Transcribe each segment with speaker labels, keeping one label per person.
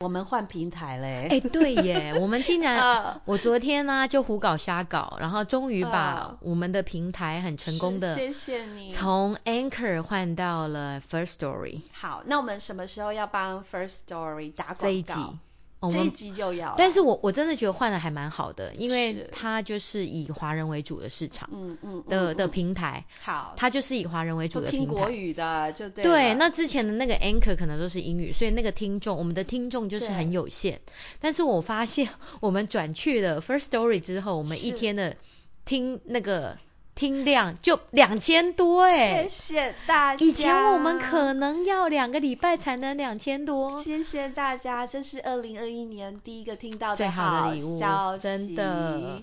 Speaker 1: 我们换平台嘞。
Speaker 2: 哎、对 耶，我们竟然，
Speaker 1: 啊
Speaker 2: 我昨天呢、就胡搞瞎搞，然后终于把
Speaker 1: 啊
Speaker 2: 我们的平台很成功
Speaker 1: 是
Speaker 2: 的
Speaker 1: 谢谢你。
Speaker 2: 从 Anchor 换到了 First Story
Speaker 1: 好，那我们什么时候要帮 First Story 打广告？
Speaker 2: 这一集，哦我
Speaker 1: 这一
Speaker 2: 们。
Speaker 1: 集就要了。
Speaker 2: 但是我我真的觉得换的还蛮好的，因为
Speaker 1: 是
Speaker 2: 它就是以华人为主的市场
Speaker 1: 嗯嗯嗯
Speaker 2: 的的
Speaker 1: 嗯
Speaker 2: 平台，
Speaker 1: 好，
Speaker 2: 它就是以华人为主
Speaker 1: 就
Speaker 2: 的
Speaker 1: 听
Speaker 2: 平
Speaker 1: 国
Speaker 2: 台。
Speaker 1: 语的就对了。
Speaker 2: 对，那之前的那个 anchor 可能都是英语，所以那个听众，我们的听众就是
Speaker 1: 对
Speaker 2: 很有限。但是我发现我们转去了 First Story 之后，我们一
Speaker 1: 是
Speaker 2: 天的听那个听量就两千多哎、
Speaker 1: 谢谢大家。
Speaker 2: 以前我们可能要两个礼拜才能两千多，
Speaker 1: 谢谢大家，这是二零二一年第一个听到
Speaker 2: 最好的
Speaker 1: 好
Speaker 2: 礼物
Speaker 1: 消息，
Speaker 2: 真的。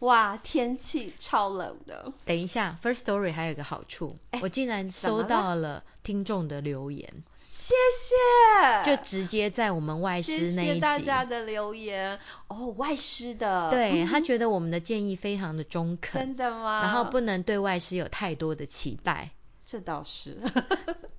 Speaker 1: 哇，天气超冷的，
Speaker 2: 等一下，First Story 还有一个好处，
Speaker 1: 哎
Speaker 2: 我竟然
Speaker 1: 什么
Speaker 2: 收
Speaker 1: 呢
Speaker 2: 到了听众的留言，
Speaker 1: 谢谢。
Speaker 2: 就直接在我们外
Speaker 1: 谢
Speaker 2: 师那一集，
Speaker 1: 谢大家的留言哦，外师的，
Speaker 2: 对
Speaker 1: 嗯
Speaker 2: 他觉得我们的建议非常的中肯，
Speaker 1: 真的吗？
Speaker 2: 然后不能对外师有太多的期待。
Speaker 1: 这倒是，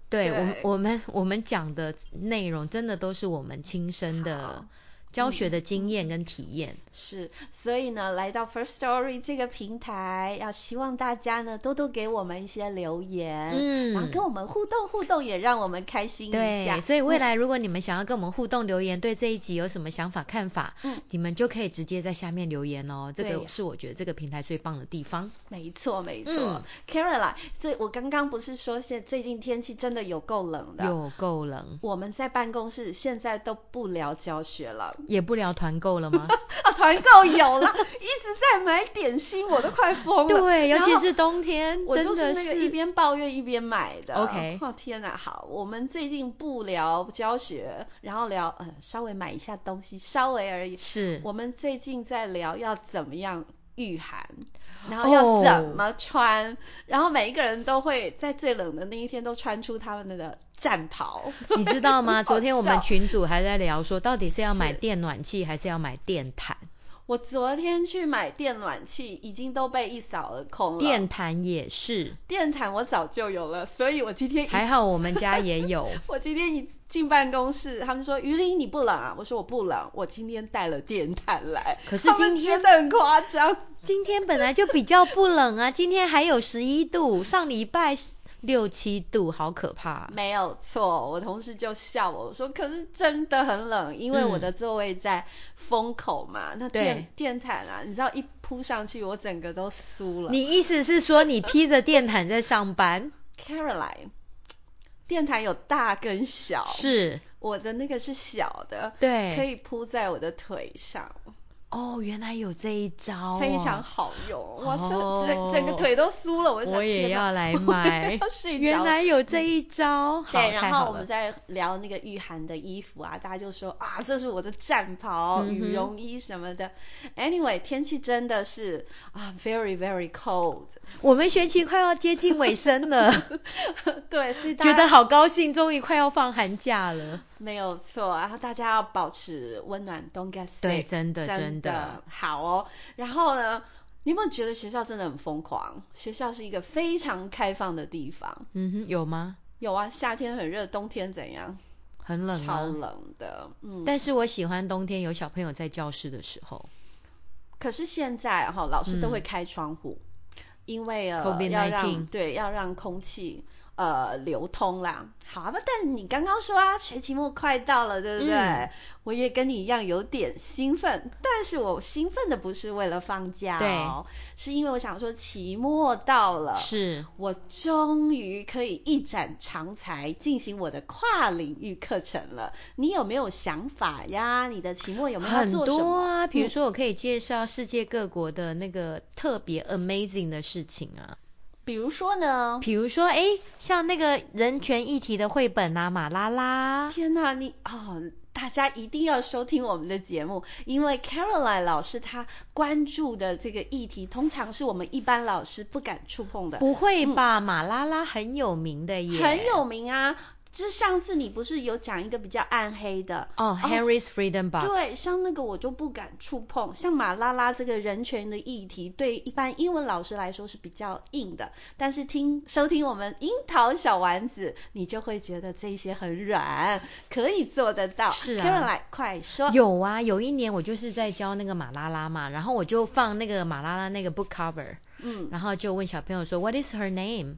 Speaker 2: 对我们
Speaker 1: 对
Speaker 2: 我们我们讲的内容，真的都是我们亲身的
Speaker 1: 好嗯
Speaker 2: 教学的经验跟体验。
Speaker 1: 是，所以呢，来到 First Story 这个平台，要希望大家呢多多给我们一些留言，
Speaker 2: 嗯
Speaker 1: 然后跟我们互动互动，也让我们开心一下。
Speaker 2: 对，所以未
Speaker 1: 嗯
Speaker 2: 来如果你们想要跟我们互动留言，对这一集有什么想法看法，
Speaker 1: 嗯
Speaker 2: 你们就可以直接在下面留言哦。这
Speaker 1: 对
Speaker 2: 个
Speaker 1: 呀
Speaker 2: 是我觉得这个平台最棒的地方。
Speaker 1: 嗯没错，没错、
Speaker 2: 嗯
Speaker 1: c a r o l i n e 这我刚刚不是说现最近天气真的有够冷的，
Speaker 2: 有够冷，
Speaker 1: 我们在办公室现在都不聊教学了，
Speaker 2: 也不聊团购 了吗？
Speaker 1: 啊，团购有啦，一直在买点心，我都快疯了。
Speaker 2: 对，尤
Speaker 1: 然
Speaker 2: 其
Speaker 1: 后
Speaker 2: 是冬天，
Speaker 1: 我就
Speaker 2: 真
Speaker 1: 是
Speaker 2: 的
Speaker 1: 那个一边抱怨一边买的。
Speaker 2: OK
Speaker 1: 哦天哪，好，我们最近不聊教学，然后聊呃稍微买一下东西，稍微而已。
Speaker 2: 是
Speaker 1: 我们最近在聊要怎么样御寒，然后要怎么
Speaker 2: 哦
Speaker 1: 穿然后每一个人都会在最冷的那一天都穿出他们的战袍。
Speaker 2: 你知道吗？
Speaker 1: 很 好
Speaker 2: 昨天我们
Speaker 1: 笑
Speaker 2: 群主还在聊说，到底是要买
Speaker 1: 是
Speaker 2: 电暖气还是要买电毯？
Speaker 1: 我昨天去买电暖气，已经都被一扫而空了。
Speaker 2: 电毯也 是，
Speaker 1: 电毯我早就有了，所以我今天一
Speaker 2: 还好我们家也有。
Speaker 1: 我今天一进办公室，他们说于林你不冷啊？我说我不冷，我今天带了电毯来。
Speaker 2: 可是
Speaker 1: 他
Speaker 2: 今
Speaker 1: 们觉
Speaker 2: 天啊
Speaker 1: 得很夸张，
Speaker 2: 今天本来就比较不冷啊，今天还有十一度，上礼拜六七度，好可怕。
Speaker 1: 没有错。我同事就笑我，我说可是真的很冷，因为
Speaker 2: 嗯
Speaker 1: 我的座位在风口嘛，那
Speaker 2: 对
Speaker 1: 电电毯啊，你知道一铺上去，我整个都酥了。
Speaker 2: 你意思是说你披着电毯在上 班？
Speaker 1: Caroline，电毯有大跟小，
Speaker 2: 是，
Speaker 1: 我的那个是小的，可
Speaker 2: 对。
Speaker 1: 以铺在我的腿上。
Speaker 2: 哦，原来有这一招、啊
Speaker 1: 非常。好用，我
Speaker 2: 哦
Speaker 1: 就整整个腿都酥了，我就想
Speaker 2: 我也
Speaker 1: 天哪
Speaker 2: 要来
Speaker 1: 我
Speaker 2: 买
Speaker 1: 要睡着
Speaker 2: 原来有这一招，好太
Speaker 1: 对，然
Speaker 2: 好
Speaker 1: 后我们
Speaker 2: 了
Speaker 1: 在聊那个御寒的衣服啊，大家就说啊，这是我的战袍、
Speaker 2: 嗯哼
Speaker 1: 羽绒衣什么的。Anyway，天气真的是啊，very very cold。
Speaker 2: 我们学期快要接近尾声了。
Speaker 1: 对，所以大
Speaker 2: 觉
Speaker 1: 家
Speaker 2: 得好高兴，终于快要放寒假了。
Speaker 1: 没有错，然后大家要保持温暖，don't get sick。
Speaker 2: 对真的真
Speaker 1: 真
Speaker 2: 的
Speaker 1: 好哦。然后呢，你有没有觉得学校真的很疯狂？学校是一个非常开放的地方。
Speaker 2: 嗯哼，有吗？
Speaker 1: 有啊，夏天很热，冬天怎样？
Speaker 2: 很冷
Speaker 1: 超
Speaker 2: 啊。
Speaker 1: 冷的，嗯。
Speaker 2: 但是我喜欢冬天有小朋友在教室的时候，
Speaker 1: 可是现在哈、老师都会
Speaker 2: 嗯
Speaker 1: 开窗户，因为呃
Speaker 2: COVID-19
Speaker 1: 要让对要让空气呃流通啦。好吧，但你刚刚说啊，学期末快到了，对不对？
Speaker 2: 嗯
Speaker 1: 我也跟你一样有点兴奋，但是我兴奋的不是为了放假哦，是因为我想说期末到了。
Speaker 2: 是
Speaker 1: 我终于可以一展长才，进行我的跨领域课程了。你有没有想法呀？你的期末有没有要
Speaker 2: 很
Speaker 1: 做什
Speaker 2: 多
Speaker 1: 么？
Speaker 2: 啊。比如
Speaker 1: 嗯
Speaker 2: 说，我可以介绍世界各国的那个特别 amazing 的事情啊。
Speaker 1: 比如说呢？
Speaker 2: 比如说，哎，像那个人权议题的绘本啊，马拉拉。
Speaker 1: 天哪，你哦，大家一定要收听我们的节目，因为 Caroline 老师她关注的这个议题，通常是我们一般老师不敢触碰的，
Speaker 2: 嗯不会吧？马拉拉很有名的耶，哦
Speaker 1: 很有名啊。就是上次你不是有讲一个比较暗黑的
Speaker 2: 哦，Harry's Freedom Box，
Speaker 1: 对，像那个我就不敢触碰。像马拉拉这个人权的议题，对一般英文老师来说是比较硬的，但是听收听我们樱桃小丸子，你就会觉得这些很软，可以做得到。
Speaker 2: 是啊
Speaker 1: c a r o l i n e 快说。
Speaker 2: 有啊，有一年我就是在教那个马拉拉嘛，然后我就放那个马拉拉那个 book cover，
Speaker 1: 嗯
Speaker 2: 然后就问小朋友说 What is her name？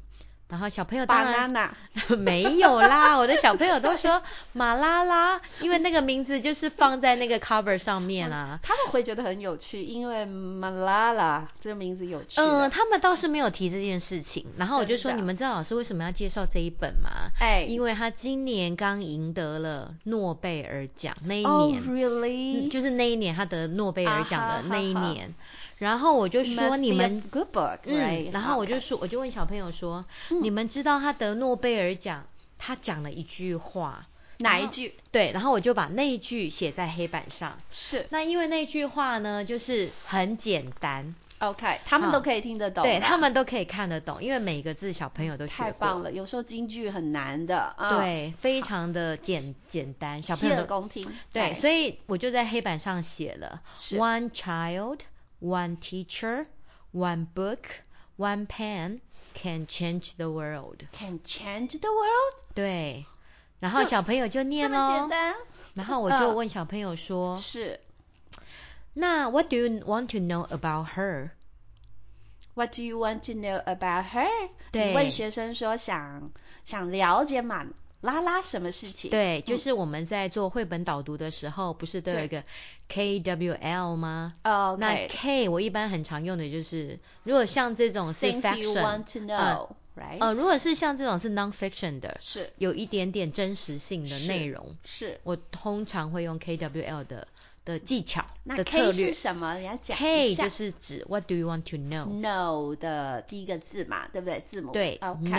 Speaker 2: 然后小朋友当然
Speaker 1: ，banana，
Speaker 2: 没有啦，我的小朋友都说马拉拉，因为那个名字就是放在那个 cover 上面啊啦、
Speaker 1: 他们会觉得很有趣，因为 Malala 这个名字有趣的。
Speaker 2: 嗯、他们倒是没有提这件事情。然后我就说，
Speaker 1: 真的
Speaker 2: 你们知道老师为什么要介绍这一本吗？
Speaker 1: 哎
Speaker 2: 因为他今年刚赢得了诺贝尔奖那一
Speaker 1: 哦、
Speaker 2: 年
Speaker 1: r e a l l y
Speaker 2: 嗯就是那一年他得诺贝尔奖
Speaker 1: 啊哈
Speaker 2: 的那一
Speaker 1: 哈哈
Speaker 2: 年。然后我就说你们
Speaker 1: good book，、
Speaker 2: 嗯，
Speaker 1: right?
Speaker 2: 然后我就
Speaker 1: Okay.
Speaker 2: 说，我就问小朋友说，
Speaker 1: 嗯
Speaker 2: 你们知道他得诺贝尔奖，他讲了一句话，
Speaker 1: 哪一句
Speaker 2: 对，然后我就把那一句写在黑板上。
Speaker 1: 是
Speaker 2: 那因为那句话呢，就是很简单，
Speaker 1: OK？他们
Speaker 2: 好
Speaker 1: 都可以听得懂吧，
Speaker 2: 对他们都可以看得懂，因为每个字小朋友都学过。
Speaker 1: 太棒了。有时候京剧很难的，啊、，
Speaker 2: 对，非常的简简单，小朋
Speaker 1: 洗
Speaker 2: 友
Speaker 1: 耳
Speaker 2: 都
Speaker 1: 恭听。
Speaker 2: 对，所以我就在黑板上写了
Speaker 1: 是
Speaker 2: one child, one teacher, one book, one pen can change the world。
Speaker 1: Can change the world，
Speaker 2: 对，然后
Speaker 1: 就
Speaker 2: 小朋友就
Speaker 1: 哦这
Speaker 2: 念哦
Speaker 1: 么简
Speaker 2: 喽。
Speaker 1: 单。
Speaker 2: 然后我就
Speaker 1: 嗯
Speaker 2: 问小朋友说：“
Speaker 1: 是
Speaker 2: 那 What do you want to know about her？”
Speaker 1: What do you want to know about her？
Speaker 2: 对
Speaker 1: 你问学生说想想了解马拉拉什么事情？
Speaker 2: 对，
Speaker 1: 嗯
Speaker 2: 就是我们在做绘本导读的时候，不是都有一个 KWL 吗？
Speaker 1: 哦，
Speaker 2: 那 K 我一般很常用的就是，如果像这种是
Speaker 1: things you
Speaker 2: faction，
Speaker 1: want to
Speaker 2: 呃
Speaker 1: know，right？、
Speaker 2: 呃，如果是像这种是 non-fiction 的，
Speaker 1: 是
Speaker 2: 有一点点真实性的
Speaker 1: 是
Speaker 2: 内容，
Speaker 1: 是。
Speaker 2: 我通常会用 KWL 的的技巧
Speaker 1: 那
Speaker 2: 的策
Speaker 1: K 是
Speaker 2: 略。
Speaker 1: 什么？你要讲一
Speaker 2: K
Speaker 1: 下。
Speaker 2: 就是指 What do you want to
Speaker 1: 嗯
Speaker 2: know？
Speaker 1: no 的第一个字嘛，对不对？字母
Speaker 2: 对
Speaker 1: OK，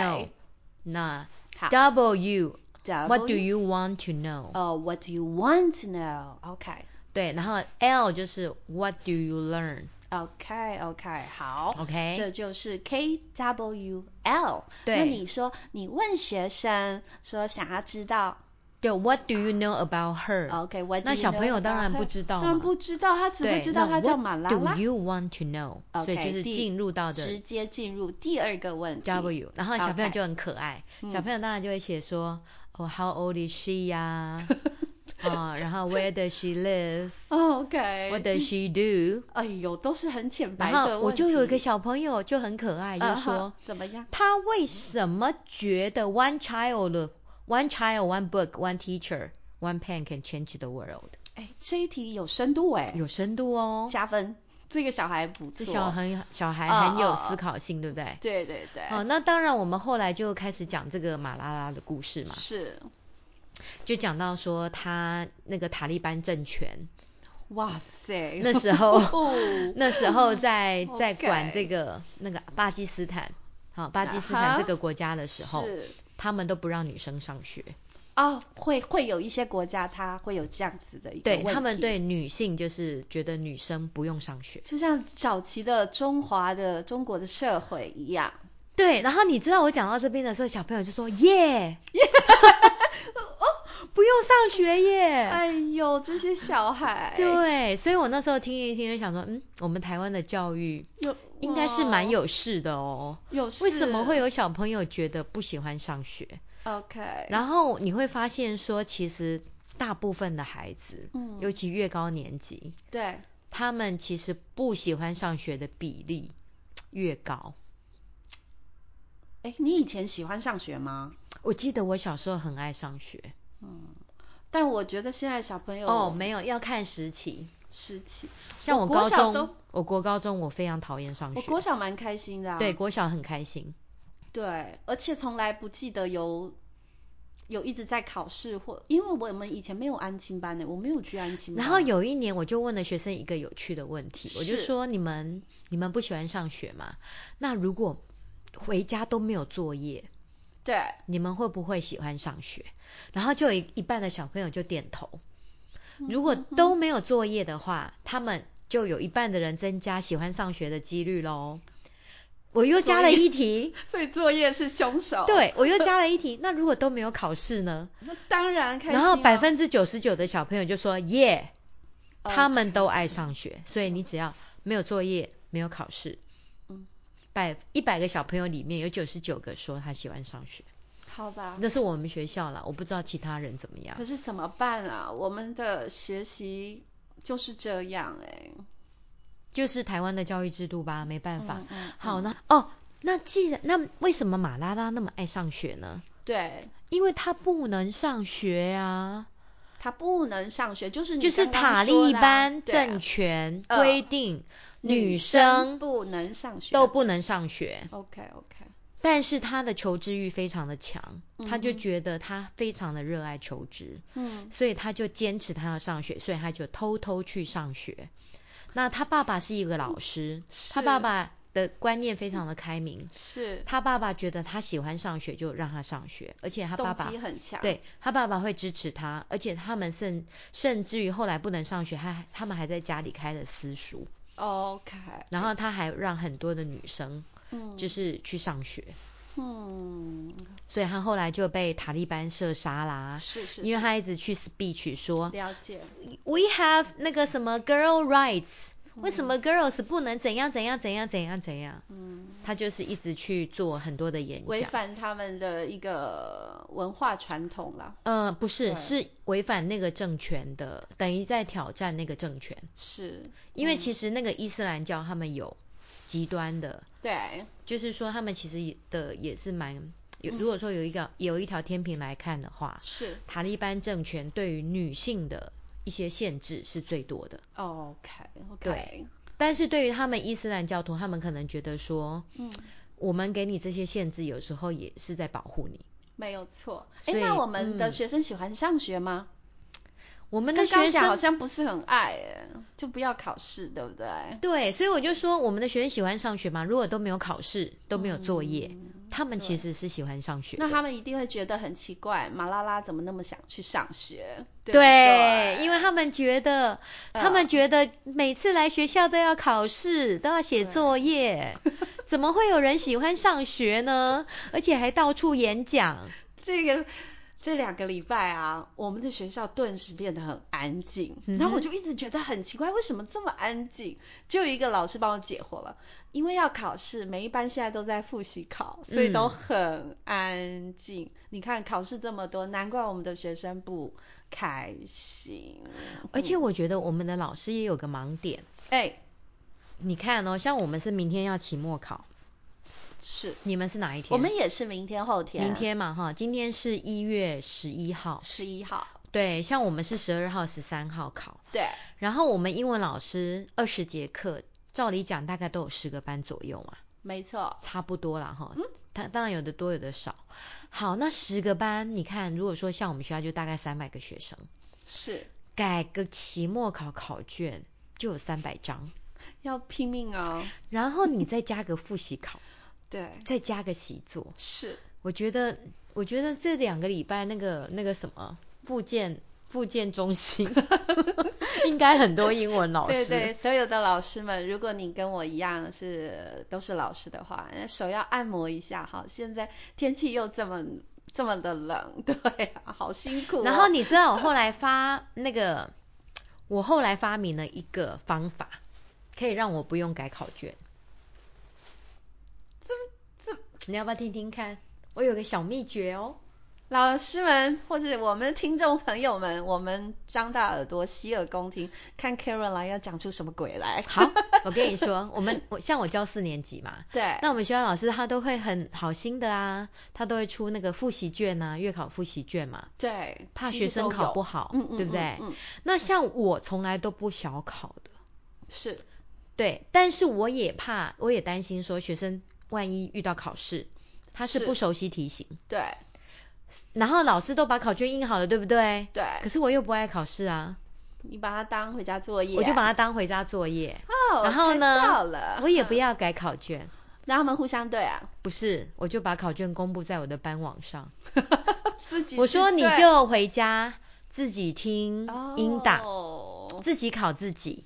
Speaker 2: ，no。那
Speaker 1: 好
Speaker 2: W What
Speaker 1: W
Speaker 2: do you want to know？
Speaker 1: 哦、w h a t do you want to know？OK
Speaker 2: 对，然后 L 就是 What do you learn？
Speaker 1: 哦 OK OK，好
Speaker 2: OK
Speaker 1: 这就是 K W L。
Speaker 2: 对
Speaker 1: 那你说你问学生说想要知道
Speaker 2: 对，What do you know about her？
Speaker 1: ，OK，what、do
Speaker 2: 那
Speaker 1: you
Speaker 2: 小朋友
Speaker 1: know
Speaker 2: 当
Speaker 1: about
Speaker 2: 然不
Speaker 1: her？
Speaker 2: 知道
Speaker 1: 当然
Speaker 2: 嘛
Speaker 1: 不知道，他只
Speaker 2: 对，
Speaker 1: 会知道
Speaker 2: 那
Speaker 1: 他叫
Speaker 2: what
Speaker 1: 马拉拉
Speaker 2: Do。you want to know？所
Speaker 1: OK，
Speaker 2: 以就是
Speaker 1: 第
Speaker 2: 进入到的
Speaker 1: 直接进入第二个问题
Speaker 2: W，然后小朋友
Speaker 1: OK
Speaker 2: 就很可爱，
Speaker 1: 嗯
Speaker 2: 小朋友当然就会写说，哦，How old is she 呀？啊，然后 Where does she live？What
Speaker 1: OK，
Speaker 2: does she do？
Speaker 1: 哦哎呦，都是很浅白
Speaker 2: 然
Speaker 1: 的问
Speaker 2: 后我就有一个
Speaker 1: 题
Speaker 2: 小朋友就很可爱，就
Speaker 1: 啊哈
Speaker 2: 说。
Speaker 1: 怎么样？
Speaker 2: 他为什么觉得 one child, one child, one book, one teacher, one pen can change the world？
Speaker 1: 哎，这一题有深度哎，
Speaker 2: 有深度哦，
Speaker 1: 加分，这个小孩不
Speaker 2: 这
Speaker 1: 错。
Speaker 2: 小很小
Speaker 1: 哦
Speaker 2: 孩很有
Speaker 1: 哦
Speaker 2: 思考性，对不对？
Speaker 1: 对对对，
Speaker 2: 好，那当然，我们后来就开始讲这个马拉拉的故事嘛，
Speaker 1: 是
Speaker 2: 就讲到说他那个塔利班政权
Speaker 1: 哇塞，
Speaker 2: 那时候
Speaker 1: 哦
Speaker 2: 那时候 在在
Speaker 1: OK
Speaker 2: 管这个那个巴基斯坦，好，巴基斯
Speaker 1: 啊哈
Speaker 2: 坦这个国家的时候，
Speaker 1: 是
Speaker 2: 他们都不让女生上学。
Speaker 1: 哦，会会有一些国家它会有这样子的一个
Speaker 2: 对
Speaker 1: 问
Speaker 2: 他们
Speaker 1: 题，
Speaker 2: 对女性就是觉得女生不用上学。
Speaker 1: 就像早期的中华的中国的社会一样，
Speaker 2: 对，然后你知道我讲到这边的时候，小朋友就 说耶，
Speaker 1: 哦
Speaker 2: 不用上学耶。
Speaker 1: 哎呦，这些小 孩，哎
Speaker 2: 对，所以我那时候听一听就想说，嗯，我们台湾的教育
Speaker 1: 有
Speaker 2: 应该是蛮
Speaker 1: 哇
Speaker 2: 有势的哦。
Speaker 1: 有
Speaker 2: 为什么会
Speaker 1: 有
Speaker 2: 有小朋友觉得不喜欢上学？
Speaker 1: OK，
Speaker 2: 然后你会发现说，其实大部分的孩子，
Speaker 1: 嗯
Speaker 2: 尤其越高年级，
Speaker 1: 对
Speaker 2: 他们其实不喜欢上学的比例越高。
Speaker 1: 哎，你以前喜欢上学吗？嗯
Speaker 2: 我记得我小时候很爱上学
Speaker 1: 但我觉得现在小朋友
Speaker 2: 哦，没有要看时期。
Speaker 1: 时期，
Speaker 2: 像
Speaker 1: 我
Speaker 2: 我
Speaker 1: 国
Speaker 2: 高
Speaker 1: 小
Speaker 2: 中，
Speaker 1: 都
Speaker 2: 我国高中我非常讨厌上
Speaker 1: 我
Speaker 2: 学，
Speaker 1: 国小蛮开心的、啊，
Speaker 2: 对国小很开心。
Speaker 1: 对，而且从来不记得有有一直在考试或，因为我们以前没有安亲班的，我啊没有去安亲班。
Speaker 2: 然后有一年我就问了学生一个有趣的问题，我就是说你们你们不喜欢上学吗？那如果回家都没有作业，
Speaker 1: 对，
Speaker 2: 你们会不会喜欢上学？然后就有一一半的小朋友就点头。
Speaker 1: 嗯
Speaker 2: 如果都没有作业的话，他们就有一半的人增加喜欢上学的几率喽。我又加了一题，
Speaker 1: 所以作业是凶手。，
Speaker 2: 对我又加了一题。 那如果都没有考试呢？
Speaker 1: 那当然开心、哦
Speaker 2: 然
Speaker 1: 啊
Speaker 2: 后百分之九十九的小朋友就说耶，
Speaker 1: 哦
Speaker 2: 他们都爱上学，所以你只要没有作业，没有考试，
Speaker 1: 嗯
Speaker 2: 百一百个小朋友里面有九十九个说他喜欢上学，
Speaker 1: 好吧。
Speaker 2: 这是我们学校啦，我不知道其他人怎么样
Speaker 1: 可。是怎么办啊？我们的学习就是这样哎、
Speaker 2: 就是台湾的教育制度吧，没办法。
Speaker 1: 嗯嗯嗯
Speaker 2: 好，那哦，那既然那为什么马拉拉那么爱上学呢？
Speaker 1: 对，
Speaker 2: 因为他不能上学啊，
Speaker 1: 他不能上学，就是你
Speaker 2: 就是
Speaker 1: 刚刚
Speaker 2: 塔
Speaker 1: 说
Speaker 2: 利
Speaker 1: 的啊
Speaker 2: 班
Speaker 1: 对啊
Speaker 2: 政权
Speaker 1: 呃
Speaker 2: 规定女
Speaker 1: 女
Speaker 2: 生
Speaker 1: 不能上学
Speaker 2: 都不能上学，
Speaker 1: OK OK，
Speaker 2: 但是他的求知欲非常的强，他就
Speaker 1: 嗯哼
Speaker 2: 觉得他非常的热爱求知，
Speaker 1: 嗯，
Speaker 2: 所以他就坚持他要上学，所以他就偷偷去上学。那他爸爸是一个老师，他
Speaker 1: 是
Speaker 2: 爸爸的观念非常的开明，
Speaker 1: 是
Speaker 2: 他爸爸觉得他喜欢上学，就让他上学，而且他爸
Speaker 1: 动
Speaker 2: 爸
Speaker 1: 机很强，，
Speaker 2: 对他爸爸会支持他，而且他们甚甚至于后来不能上学，他他们还在家里开了私塾，
Speaker 1: OK，
Speaker 2: 然后他还让很多的女生
Speaker 1: 嗯
Speaker 2: 就是去上学，
Speaker 1: 嗯，
Speaker 2: 所以他后来就被塔利班射杀啦，
Speaker 1: 是是，
Speaker 2: 因为
Speaker 1: 是
Speaker 2: 他一直去 speech 说
Speaker 1: 了解，
Speaker 2: We have 那个什么 girl rights，为什么 girls 不能怎样怎样怎样怎样怎样？
Speaker 1: 嗯，
Speaker 2: 他就是一直去做很多的演
Speaker 1: 违
Speaker 2: 讲。
Speaker 1: 反他们的一个文化传统啦，
Speaker 2: 呃，不是，
Speaker 1: 对
Speaker 2: 是违反那个政权的，等于在挑战那个政权。
Speaker 1: 是嗯
Speaker 2: 因为其实那个伊斯兰教他们有极端的，
Speaker 1: 对，
Speaker 2: 就是说他们其实也的也是蛮，有如果说有一个有一条天平来看的话，
Speaker 1: 嗯是
Speaker 2: 塔利班政权对于女性的一些限制是最多的。
Speaker 1: OK OK，
Speaker 2: 对但是对于他们伊斯兰教徒，他们可能觉得说，
Speaker 1: 嗯，
Speaker 2: 我们给你这些限制，有时候也是在保护你。
Speaker 1: 没有错。
Speaker 2: 所
Speaker 1: 哎，
Speaker 2: 以
Speaker 1: 那我们的
Speaker 2: 嗯
Speaker 1: 学生喜欢上学吗？
Speaker 2: 我们的
Speaker 1: 跟刚
Speaker 2: 学
Speaker 1: 刚讲好
Speaker 2: 生
Speaker 1: 像不是很爱，哎，就不要考试，对不对？
Speaker 2: 对，所以我就说，我们的学生喜欢上学嘛，如果都没有考试，都没有作业，
Speaker 1: 嗯
Speaker 2: 他们
Speaker 1: 对
Speaker 2: 其实是喜欢上学的。
Speaker 1: 那他们一定会觉得很奇怪，马拉拉怎么那么想去上学？对不
Speaker 2: 对，
Speaker 1: 对嗯
Speaker 2: 因为他们觉得，他们觉得每次来学校都要考试，都要写作业，怎么会有人喜欢上学呢？而且还到处演
Speaker 1: 嗯
Speaker 2: 讲。
Speaker 1: 这个这两个礼拜啊，我们的学校顿时变得很安静，
Speaker 2: 嗯哼
Speaker 1: 然后我就一直觉得很奇怪，为什么这么安静？就有一个老师帮我解惑了，因为要考试，每一班现在都在复习考，所以都
Speaker 2: 嗯
Speaker 1: 很安静。你看考试这么多，难怪我们的学生不开心。
Speaker 2: 而且我觉得我们的老师也有个盲点，
Speaker 1: 哎、
Speaker 2: 你看哦，像我们是明天要期末考，
Speaker 1: 是
Speaker 2: 你们是哪一天？
Speaker 1: 我们也是啊明天后天，
Speaker 2: 明天嘛哈，今天是一月十一号，
Speaker 1: 十一号，
Speaker 2: 对，像我们是十二号、十三号考，
Speaker 1: 对，
Speaker 2: 然后我们英文老师二十节课，照理讲大概都有十个班左右嘛。
Speaker 1: 没错，
Speaker 2: 差不多啦哈。
Speaker 1: 嗯
Speaker 2: 它当然有的多，有的少。好，那十个班，你看，如果说像我们学校就大概三百个学生，
Speaker 1: 是
Speaker 2: 改个期末考考卷就有三百张，
Speaker 1: 要拼命哦，
Speaker 2: 然后你再加个复习考，
Speaker 1: 对，
Speaker 2: 再加个习作，
Speaker 1: 是。
Speaker 2: 我觉得，我觉得这两个礼拜那个那个什么复健复健中心， 应该很多英文老
Speaker 1: 对
Speaker 2: 师。
Speaker 1: 对，所有的老师们，如果你跟我一样是都是老师的话，那手要按摩一下哈。现在天气又这么这么的冷，对啊、好辛苦哦、
Speaker 2: 然后你知道我后来发那个，我后来发明了一个方法，可以让我不用改考卷。你要不要听听看？我有个小秘诀 哦。
Speaker 1: 老师们或是我们听众朋友们，我们张大耳朵洗耳恭听，看 Caroline 要讲出什么鬼来。
Speaker 2: 好，我跟你说，我们我像我教四年级嘛，
Speaker 1: 对，
Speaker 2: 那我们学校老师他都会很好心的啊，他都会出那个复习卷啊，月考复习卷嘛，
Speaker 1: 对，
Speaker 2: 怕
Speaker 1: 几乎
Speaker 2: 学生
Speaker 1: 都
Speaker 2: 考
Speaker 1: 有
Speaker 2: 不好
Speaker 1: 嗯嗯
Speaker 2: 对不对
Speaker 1: 嗯嗯
Speaker 2: 那像我从来都不小考的，
Speaker 1: 是
Speaker 2: 对，但是我也怕，我也担心说学生万一遇到考试，他是
Speaker 1: 是
Speaker 2: 不熟悉题型，
Speaker 1: 对
Speaker 2: 然后老师都把考卷印好了，对不对？
Speaker 1: 对，
Speaker 2: 可是我又不爱考试啊，
Speaker 1: 你把它当回家作业，啊
Speaker 2: 我就把它当回家作业，
Speaker 1: 哦，
Speaker 2: 然后
Speaker 1: 猜
Speaker 2: 呢
Speaker 1: 到了，
Speaker 2: 我也不要改考卷，
Speaker 1: 让他们互相对啊，
Speaker 2: 不是，我就把考卷公布在我的班网上，
Speaker 1: 自己
Speaker 2: 我
Speaker 1: 去
Speaker 2: 说你
Speaker 1: 对
Speaker 2: 就回家自己听
Speaker 1: 哦嗯
Speaker 2: 音档，自己考自己，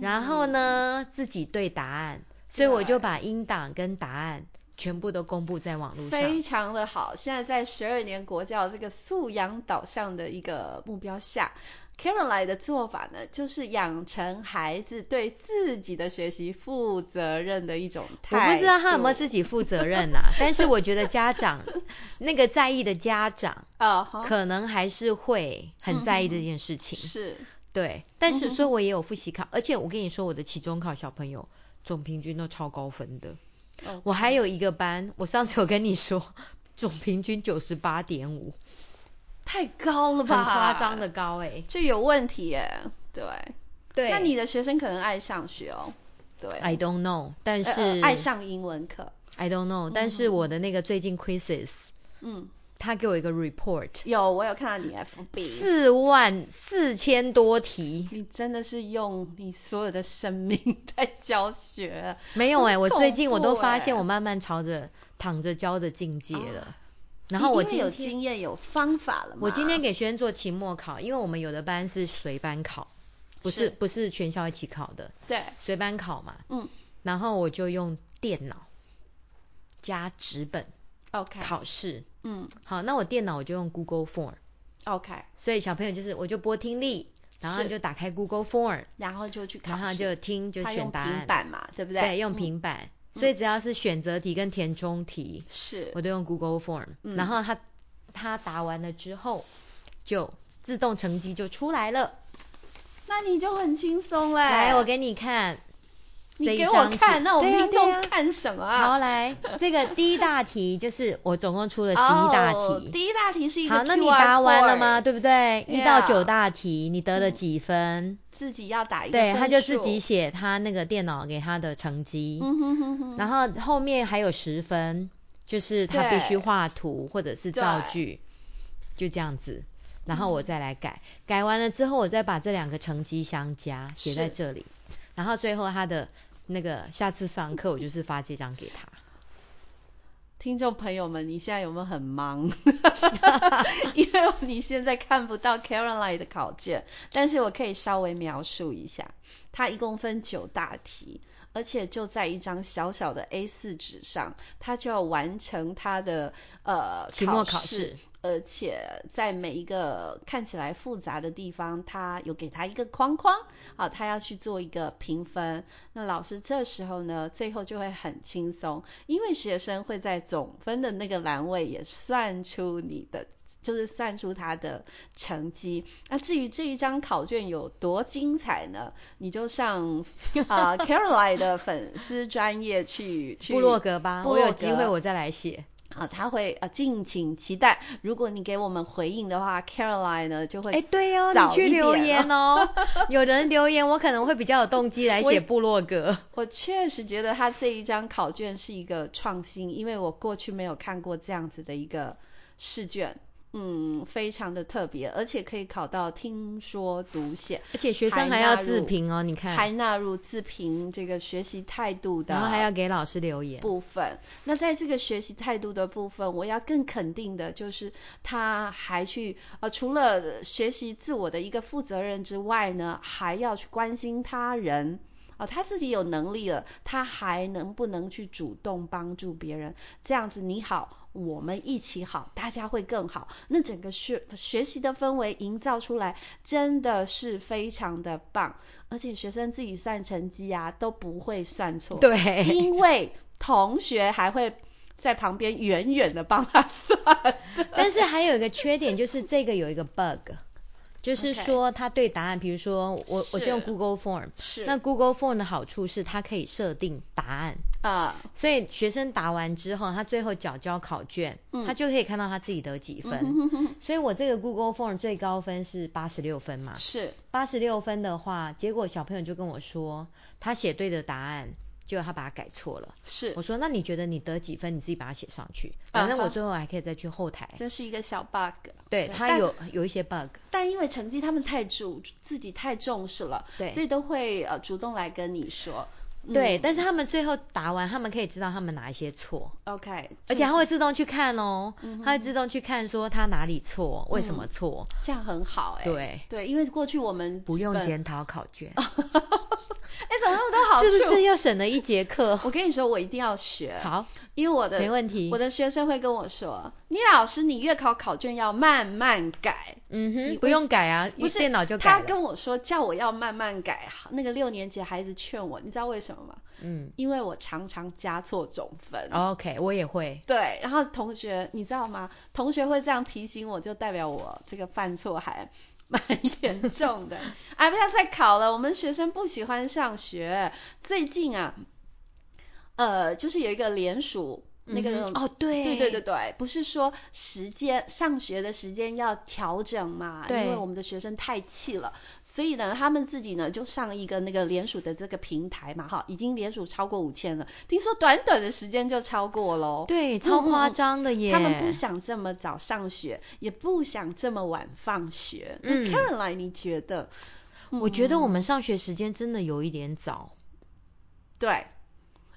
Speaker 2: 然后呢自己对答案，所以我就把音档跟答案全部都公布在网络上。
Speaker 1: 非常的好。现在在十二年国教这个素养导向的一个目标下，Caroline 的做法呢，就是养成孩子对自己的学习负责任的一种
Speaker 2: 我
Speaker 1: 态度。
Speaker 2: 不知道他有没有自己负责任呐、但是我觉得家 长那个在意的家长，
Speaker 1: 啊哈、
Speaker 2: 可能还是会很在意这件事情。
Speaker 1: 是
Speaker 2: 对，但
Speaker 1: 嗯
Speaker 2: 是
Speaker 1: 哼
Speaker 2: 所以我也有复习考，而且我跟你说，我的期中考小朋友总平均都超高分的。
Speaker 1: 哦
Speaker 2: 我还有一个班，我上次有跟你说， 总平均九十八点五，
Speaker 1: 太高了
Speaker 2: 很
Speaker 1: 吧？
Speaker 2: 夸张的，高哎、
Speaker 1: 这有问题耶。对，
Speaker 2: 对，
Speaker 1: 那你的学生可能爱上学哦。对，
Speaker 2: I don't know，但是、
Speaker 1: 呃呃爱上英文课。
Speaker 2: I don't know，、但是我的那个最近 quizzes，
Speaker 1: 嗯，
Speaker 2: 他给我一个 report，
Speaker 1: 有，我有看到你 FB。
Speaker 2: 四万四千多题，
Speaker 1: 你真的是用你所有的生命在教学，
Speaker 2: 没有哎、
Speaker 1: 很
Speaker 2: 我
Speaker 1: 恐
Speaker 2: 最近我都
Speaker 1: 怖
Speaker 2: 发
Speaker 1: 欸
Speaker 2: 现我慢慢朝着躺着教的境界了。然
Speaker 1: 你
Speaker 2: 后我
Speaker 1: 因为
Speaker 2: 今
Speaker 1: 有
Speaker 2: 天
Speaker 1: 经验有方法了嘛。
Speaker 2: 我今天给学生做期末考，因为我们有的班是随班考，不是
Speaker 1: 是
Speaker 2: 不是全校一起考的，
Speaker 1: 对，
Speaker 2: 随班考嘛。
Speaker 1: 嗯
Speaker 2: 然后我就用电脑加纸本
Speaker 1: ，OK，
Speaker 2: 考试。
Speaker 1: 嗯
Speaker 2: 好，那我电脑我就用 Google Form，
Speaker 1: ，OK，
Speaker 2: 所以小朋友就是我就播听力，然后
Speaker 1: 是
Speaker 2: 就打开 Google Form，
Speaker 1: 然后就去考
Speaker 2: 然后
Speaker 1: 试
Speaker 2: 就听就
Speaker 1: 他
Speaker 2: 选
Speaker 1: 用
Speaker 2: 答
Speaker 1: 平
Speaker 2: 案，
Speaker 1: 板嘛，对不对？
Speaker 2: 对，用
Speaker 1: 嗯
Speaker 2: 平板。所以只要是选择题跟填充题，
Speaker 1: 是
Speaker 2: 我都用 Google Form，、
Speaker 1: 嗯
Speaker 2: 然后他他答完了之后，就自动成绩就出来了。
Speaker 1: 那你就很轻松嘞。
Speaker 2: 来，我给你看，这
Speaker 1: 你
Speaker 2: 一
Speaker 1: 给我
Speaker 2: 张纸
Speaker 1: 看，那我
Speaker 2: 对
Speaker 1: 们
Speaker 2: 呀
Speaker 1: 听
Speaker 2: 对
Speaker 1: 众
Speaker 2: 呀
Speaker 1: 看什么啊？
Speaker 2: 好来，这个第一大题就是我总共出了十
Speaker 1: 哦
Speaker 2: 一大题。
Speaker 1: 第一大题是一个
Speaker 2: 好，那你
Speaker 1: QR
Speaker 2: 答完了
Speaker 1: code
Speaker 2: 吗？对不对？一到
Speaker 1: Yeah
Speaker 2: 九大题，你得了几分？
Speaker 1: 自己要打一个
Speaker 2: 对，他就
Speaker 1: 分
Speaker 2: 自
Speaker 1: 数
Speaker 2: 己写他那个电脑给他的成绩，
Speaker 1: 嗯哼哼哼，
Speaker 2: 然后后面还有十分，就是他必须
Speaker 1: 对
Speaker 2: 画图或者是造句，就这样子。然后我再来
Speaker 1: 嗯
Speaker 2: 改，改完了之后，我再把这两个成绩相加写在
Speaker 1: 是
Speaker 2: 这里，然后最后他的那个下次上课我就是发这张给他。
Speaker 1: 听众朋友们，你现在有没有 很忙？因为你现在看不到 Caroline 的考卷，但是我可以稍微描述一下，它一共分九大题，而且就在一张小小的 A4 纸上，他就要完成他的呃
Speaker 2: 期末考
Speaker 1: 试
Speaker 2: 试，
Speaker 1: 而且在每一个看起来复杂的地方，他有给他一个框框，啊，他要去做一个评分。那老师这时候呢，最后就会很轻松，因为学生会在总分的那个栏位也算出你的，就是算出他的成绩。那至于这一张考卷有多精彩呢？你 就上啊、Caroline 的粉丝专业去去
Speaker 2: 布洛格吧，
Speaker 1: 部
Speaker 2: 我有
Speaker 1: 落
Speaker 2: 机
Speaker 1: 格
Speaker 2: 会我再来写。
Speaker 1: 啊，他会啊，敬请期待。如果你给我们回应的话，Caroline 呢就会
Speaker 2: 哎、对哦，
Speaker 1: 早
Speaker 2: 你去
Speaker 1: 一点
Speaker 2: 留
Speaker 1: 了
Speaker 2: 言哦，有人留言，我可能会比较有动机来
Speaker 1: 我
Speaker 2: 写部落格。
Speaker 1: 我确实觉得他这一张考卷是一个创新，因为我过去没有看过这样子的一个试卷，嗯，非常的特别，而且可以考到听说读写，
Speaker 2: 而且学生
Speaker 1: 还
Speaker 2: 还要
Speaker 1: 纳
Speaker 2: 自
Speaker 1: 入
Speaker 2: 评哦，你看，
Speaker 1: 还纳入自评这个学习态度的，
Speaker 2: 然后还要给老师留言。
Speaker 1: 部分。那在这个学习态度的部分，我要更肯定的就是，他还去呃，除了学习自我的一个负责任之外呢，还要去关心他人。哦，他自己有能力了，他还能不能去主动帮助别人？啊这样子你好，我们一起好，大家会更好。那整个学呃学习的氛围营造出来，真的是非常的棒。而且学生自己算成绩啊，都不会算错。
Speaker 2: 对，
Speaker 1: 因为同学还会在旁边远远的帮 他算。
Speaker 2: 但是还有一个缺点就是这个有一个 bug，就是说他对答案，比如说我我是用
Speaker 1: 是
Speaker 2: Google Form，
Speaker 1: 是
Speaker 2: 那 Google Form 的好处是它可以设定答案，
Speaker 1: 啊、
Speaker 2: 所以学生答完之后，他最后缴交考卷，他就可以看到他自己得几
Speaker 1: 嗯
Speaker 2: 分。所以我这个 Google Form 最高分是八十六分嘛，
Speaker 1: 是
Speaker 2: 八十六分的话，结果小朋友就跟我说，他写对的答案，结果他把它改错了。
Speaker 1: 是，
Speaker 2: 我说那你觉得你得几分？你自己把它写上去，反正
Speaker 1: 啊哈
Speaker 2: 我最后还可以再去后台。
Speaker 1: 这是一个小 bug。
Speaker 2: 对，它
Speaker 1: 但
Speaker 2: 有有一些 bug，
Speaker 1: 但因为成绩他们太主自己太重视了，
Speaker 2: 对
Speaker 1: 所以都会呃主动来跟你说。嗯
Speaker 2: 对，但是他们最后答完，他们可以知道他们哪一些错，
Speaker 1: ，OK，
Speaker 2: 而且他会自动去看哦，
Speaker 1: 嗯哼嗯
Speaker 2: 他会自动去看说他哪里错，为什么错，
Speaker 1: 这样很好哎、
Speaker 2: 对
Speaker 1: 对，因为过去我们
Speaker 2: 不用
Speaker 1: 基本
Speaker 2: 检讨考卷。
Speaker 1: 哎，怎么那么多嗯好
Speaker 2: 是
Speaker 1: 处。
Speaker 2: 不是又省了一节课？
Speaker 1: 我跟你说，我一定要学，
Speaker 2: 好，
Speaker 1: 因为我的
Speaker 2: 没问题
Speaker 1: 我。的学生会跟我说，你老师，你月考考卷要慢慢改。
Speaker 2: 嗯
Speaker 1: 你
Speaker 2: 哼，不用改啊，
Speaker 1: 不
Speaker 2: 一
Speaker 1: 是
Speaker 2: 电脑就改
Speaker 1: 他
Speaker 2: 了。
Speaker 1: 跟我说，叫我要慢慢改。那个六年级孩子劝我，你知道为什么吗？
Speaker 2: 嗯
Speaker 1: 因为我常常加错总分。
Speaker 2: ，OK，我也会。
Speaker 1: 对，然后同学，你知道吗？同学会这样提醒我，就代表我这个犯错还蛮严重的。 哎，不要再考了，我们学生不喜欢上学。最近啊，呃，就是有一个联署。那个、
Speaker 2: 嗯哼哦，对，
Speaker 1: 对对对，对，不是说时间上学的时间要调整嘛？因
Speaker 2: 对
Speaker 1: 为我们的学生太气了，所以呢，他们自己呢就上一个那个联署的这个平台嘛，哈，已经联署超过五千了，听说短短的时间就超过喽。
Speaker 2: 对，超
Speaker 1: 嗯嗯
Speaker 2: 夸
Speaker 1: 嗯
Speaker 2: 张的耶。
Speaker 1: 他们不想这么早上学，也不想这么晚放学。
Speaker 2: 嗯
Speaker 1: 那 Caroline，你觉得？
Speaker 2: 我觉得我们上学时间真的有一点早。
Speaker 1: 嗯对，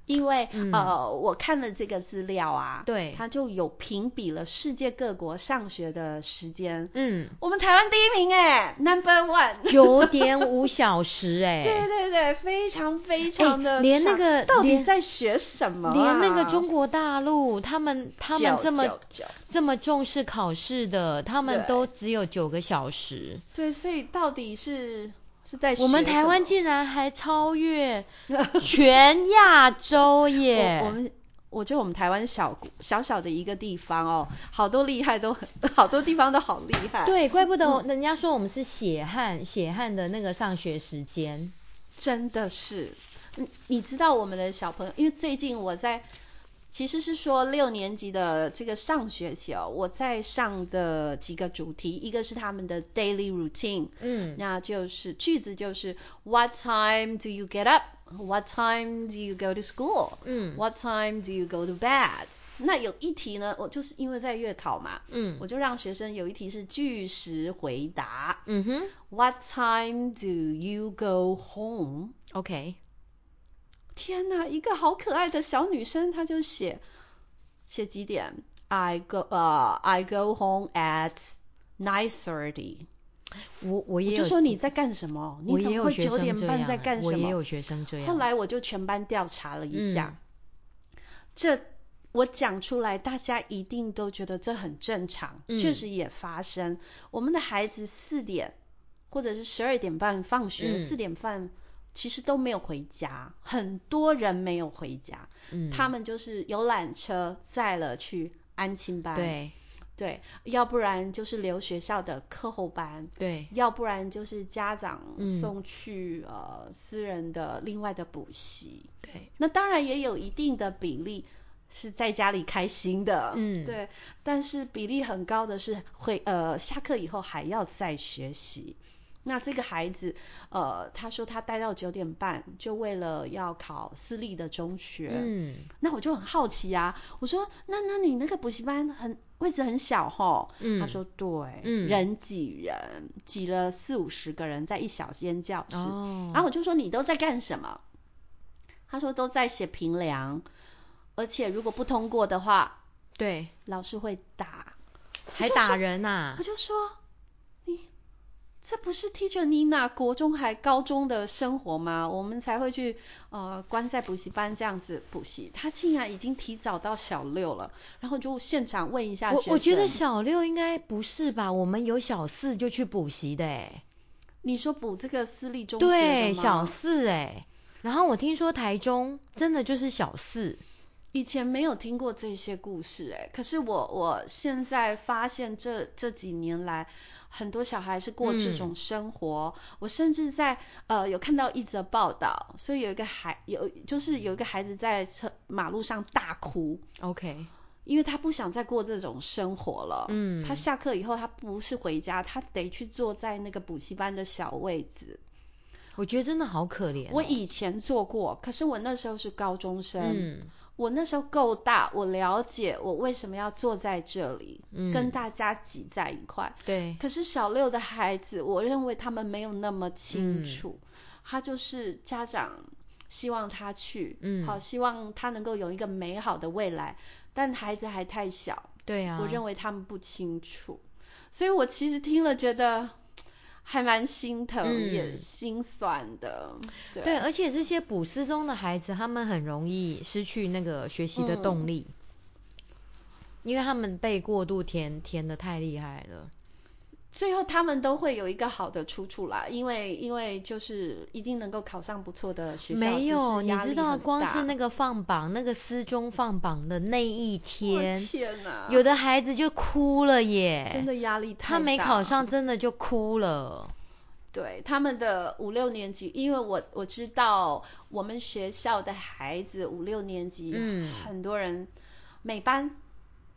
Speaker 1: 因为、
Speaker 2: 嗯
Speaker 1: 呃，我看了这个资料啊，
Speaker 2: 对，
Speaker 1: 它就有评比了世界各国上学的时间。
Speaker 2: 嗯，
Speaker 1: 我们台湾第一名哎，Number One。
Speaker 2: 九点五小时 哎、
Speaker 1: 对对对，非常非常的、
Speaker 2: 连那个
Speaker 1: 到底
Speaker 2: 连
Speaker 1: 在学什么、啊？
Speaker 2: 连那个中国大陆，他们他们这么
Speaker 1: 九九九
Speaker 2: 这么重视考试的，他们
Speaker 1: 对
Speaker 2: 都只有九个小时。
Speaker 1: 对，所以到底是是在
Speaker 2: 我们
Speaker 1: 学
Speaker 2: 台
Speaker 1: 什
Speaker 2: 湾
Speaker 1: 么
Speaker 2: 竟然还超越全亚洲 耶！
Speaker 1: 我我们我觉得我们台湾小小小的一个地方哦，好多厉害都很，好多地方都好厉害。，
Speaker 2: 对，怪不得我人家说我们是血汗血汗的那个上学时间。
Speaker 1: 真的是。你你知道我们的小朋友，因为最近我在，其实是说六年级的这个上学期哦，我在上的几个主题，一个是他们的 daily routine，
Speaker 2: 嗯，
Speaker 1: 那就是句子就是 What time do you get up? What time do you go to school?
Speaker 2: 嗯
Speaker 1: What time do you go to bed? 那有一题呢，我就是因为在月考嘛，
Speaker 2: 嗯
Speaker 1: 我就让学生有一题是据实回答。
Speaker 2: 嗯哼
Speaker 1: What time do you go home？
Speaker 2: ，OK，
Speaker 1: 天哪，一个好可爱的小女生，她就写写几点？I go 呃、i go home at nine thirty。
Speaker 2: 我我也
Speaker 1: 我
Speaker 2: 有
Speaker 1: 就说你在干什么？
Speaker 2: 我
Speaker 1: 你怎
Speaker 2: 也
Speaker 1: 么
Speaker 2: 有
Speaker 1: 会
Speaker 2: 学
Speaker 1: 九
Speaker 2: 生
Speaker 1: 点
Speaker 2: 这
Speaker 1: 半
Speaker 2: 样，啊
Speaker 1: 在干
Speaker 2: 我
Speaker 1: 什
Speaker 2: 也
Speaker 1: 么？
Speaker 2: 有学生这样。
Speaker 1: 后来我就全班调查了一下，
Speaker 2: 嗯
Speaker 1: 这我讲出来，大家一定都觉得这很正常，
Speaker 2: 嗯
Speaker 1: 确实也发生。我们的孩子四点或者是十二点半放学，
Speaker 2: 嗯
Speaker 1: 四、点半其实都没有回家，很多人没有回家，
Speaker 2: 嗯，
Speaker 1: 他们就是游览车载了去安亲班，
Speaker 2: 对
Speaker 1: 对要不然就是留学校的课后班，
Speaker 2: 对，
Speaker 1: 要不然就是家长
Speaker 2: 嗯
Speaker 1: 送去、呃私人的另外的补习。
Speaker 2: 对，
Speaker 1: 那当然也有一定的比例是在家里开心的，
Speaker 2: 嗯
Speaker 1: 对，但是比例很高的是会呃下课以后还要再学习。那这个孩子，呃，他说他待到九点半，就为了要考私立的中学。
Speaker 2: 嗯
Speaker 1: 那我就很好奇啊，我说，那那你那个补习班很位置很小吼？
Speaker 2: 嗯，
Speaker 1: 他说对，
Speaker 2: 嗯
Speaker 1: 人挤人，挤了四五十个人在一小间教室。
Speaker 2: 哦，
Speaker 1: 然后我就说你都在干什么？他说都在写评量，而且如果不通过的话，
Speaker 2: 对，
Speaker 1: 老师会打。
Speaker 2: 还打人啊呐、
Speaker 1: 我就说你这不是 Teacher Nina 国中还高中的生活吗？我们才会去呃关在补习班这样子补习。他竟然已经提早到小六了，然后就现场问一下学
Speaker 2: 我
Speaker 1: 生。
Speaker 2: 我觉得小六应该不是吧？我们有小四就去补习的哎、
Speaker 1: 你说补这个私立中学的
Speaker 2: 对，
Speaker 1: 吗
Speaker 2: 小四哎、然后我听说台中真的就是小四，
Speaker 1: 以前没有听过这些故事、哎，可是我我现在发现这这几年来，很多小孩是过这
Speaker 2: 嗯
Speaker 1: 种生活。我甚至在呃有看到一则报道，所以有一个孩有就是有一个孩子在车马路上大哭，
Speaker 2: OK，
Speaker 1: 因为他不想再过这种生活了。
Speaker 2: 嗯
Speaker 1: 哦他下课以后他不是回家，他得去坐在那个补习班的小位置。
Speaker 2: 我觉得真的好可怜哦、
Speaker 1: 我以前做过，可是我那时候是高中生。
Speaker 2: 嗯
Speaker 1: 我那时候够大，我了解我为什么要坐在这里，
Speaker 2: 嗯
Speaker 1: 跟大家挤在一块。
Speaker 2: 对
Speaker 1: 可是小六的孩子，我认为他们没有那么清
Speaker 2: 嗯
Speaker 1: 楚，他就是家长希望他去，
Speaker 2: 嗯
Speaker 1: 好希望他能够有一个美好的未来，但孩子还太小，
Speaker 2: 对啊，
Speaker 1: 我认为他们不清楚，所以我其实听了觉得。还蛮心疼、
Speaker 2: 嗯
Speaker 1: 也心酸的。对，
Speaker 2: 对，而且这些补失踪的孩子，他们很容易失去那个学习的动力，
Speaker 1: 嗯
Speaker 2: 因为他们被过度填填的太厉害了。
Speaker 1: 最后他们都会有一个好的出处啦，因为因为就是一定能够考上不错的学校，
Speaker 2: 没有，
Speaker 1: 只是
Speaker 2: 你
Speaker 1: 压力
Speaker 2: 知道，
Speaker 1: 很
Speaker 2: 光是
Speaker 1: 大
Speaker 2: 那个放榜，那个失踪放榜的那一天，
Speaker 1: 天哪
Speaker 2: 有的孩子就哭了耶，
Speaker 1: 真的压力太
Speaker 2: 他没
Speaker 1: 大
Speaker 2: 考上，真的就哭了。
Speaker 1: 对他们的五六年级，因为我我知道我们学校的孩子五六年级，
Speaker 2: 嗯
Speaker 1: 很多人每班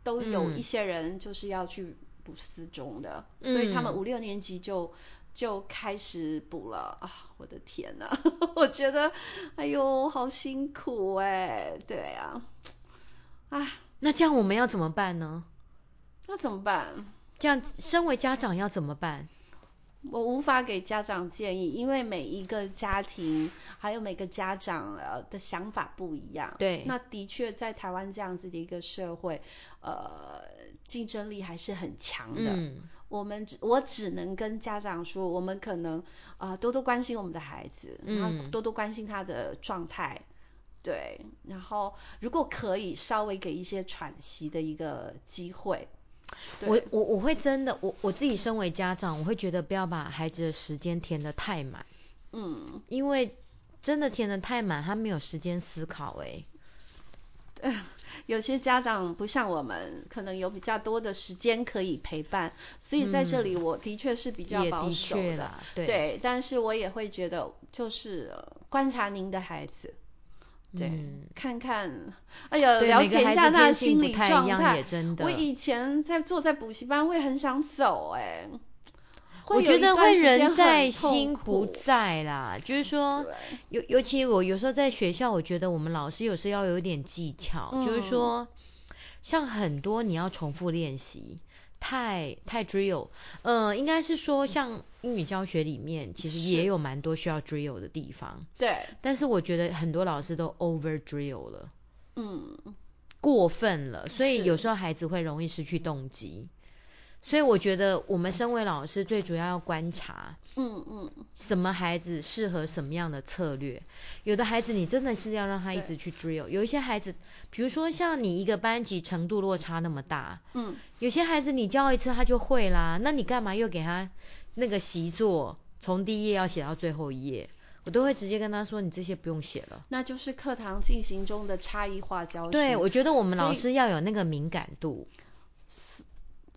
Speaker 1: 都有
Speaker 2: 嗯
Speaker 1: 一些人就是要去补四中的，所以他们
Speaker 2: 嗯
Speaker 1: 五六年级就。就开始补了啊！我的天呐， 我觉得，哎呦，好辛苦哎、对啊，啊，
Speaker 2: 那这样我们要怎么办呢？
Speaker 1: 那怎么办？
Speaker 2: 这样，身为家长要怎么办？
Speaker 1: 我无法给家长建议，因为每一个家庭还有每个家长呃的想法不一样。
Speaker 2: 对
Speaker 1: 那的确在台湾这样子的一个社会，呃，竞争力还是很强的。
Speaker 2: 嗯，
Speaker 1: 我们只我只能跟家长说，我们可能啊、呃多多关心我们的孩子，
Speaker 2: 嗯
Speaker 1: 然后多多关心他的状态，对，然后如果可以稍微给一些喘息的一个机会。对
Speaker 2: 我我我会真的，我我自己身为家长，我会觉得不要把孩子的时间填得太满，
Speaker 1: 嗯，
Speaker 2: 因为真的填得太满，他没有时间思考、欸。
Speaker 1: 有些家长不像我们，可能有比较多的时间可以陪伴，所以在这里我的确是比较
Speaker 2: 嗯也
Speaker 1: 保
Speaker 2: 的
Speaker 1: 守
Speaker 2: 确啦，对
Speaker 1: 但是我也会觉得就是呃观察您的孩子。对，
Speaker 2: 嗯
Speaker 1: 看看，哎呀，
Speaker 2: 对
Speaker 1: 了
Speaker 2: 每个
Speaker 1: 解一
Speaker 2: 孩
Speaker 1: 下
Speaker 2: 子
Speaker 1: 他的
Speaker 2: 天性
Speaker 1: 心
Speaker 2: 不
Speaker 1: 理
Speaker 2: 太一
Speaker 1: 状
Speaker 2: 样
Speaker 1: 态。
Speaker 2: 也真的
Speaker 1: 我以前在坐在补习班，我也很想走、哎，
Speaker 2: 我
Speaker 1: 会有
Speaker 2: 觉
Speaker 1: 一
Speaker 2: 得
Speaker 1: 段
Speaker 2: 会
Speaker 1: 时间
Speaker 2: 人
Speaker 1: 很
Speaker 2: 在
Speaker 1: 痛
Speaker 2: 心不
Speaker 1: 苦
Speaker 2: 在啦，就是说，
Speaker 1: 对
Speaker 2: 尤尤其我有时候在学校，我觉得我们老师有时候要有一点技巧，就是
Speaker 1: 嗯
Speaker 2: 说，像很多你要重复练习，太太 drill，呃，应该是说像英语教学里面，其实也
Speaker 1: 是
Speaker 2: 有蛮多需要 drill 的地方，
Speaker 1: 对，
Speaker 2: 但是我觉得很多老师都 over drill 了，
Speaker 1: 嗯，
Speaker 2: 过分了，所以
Speaker 1: 是
Speaker 2: 有时候孩子会容易失去动机。所以我觉得我们身为老师，最主要要观察，
Speaker 1: 嗯嗯，
Speaker 2: 什么孩子适合什么样的策略。有的孩子你真的是要让他一直去 drill，有一些孩子，比如说像你一个班级程度落差那么大，
Speaker 1: 嗯，
Speaker 2: 有些孩子你教一次他就会啦，那你干嘛又给他那个习作从第一页要写到最后一页？我都会直接跟他说，你这些不用写了。
Speaker 1: 那就是课堂进行中的差异化教学。
Speaker 2: 对，我觉得我们
Speaker 1: 所以
Speaker 2: 老师要有那个敏感度。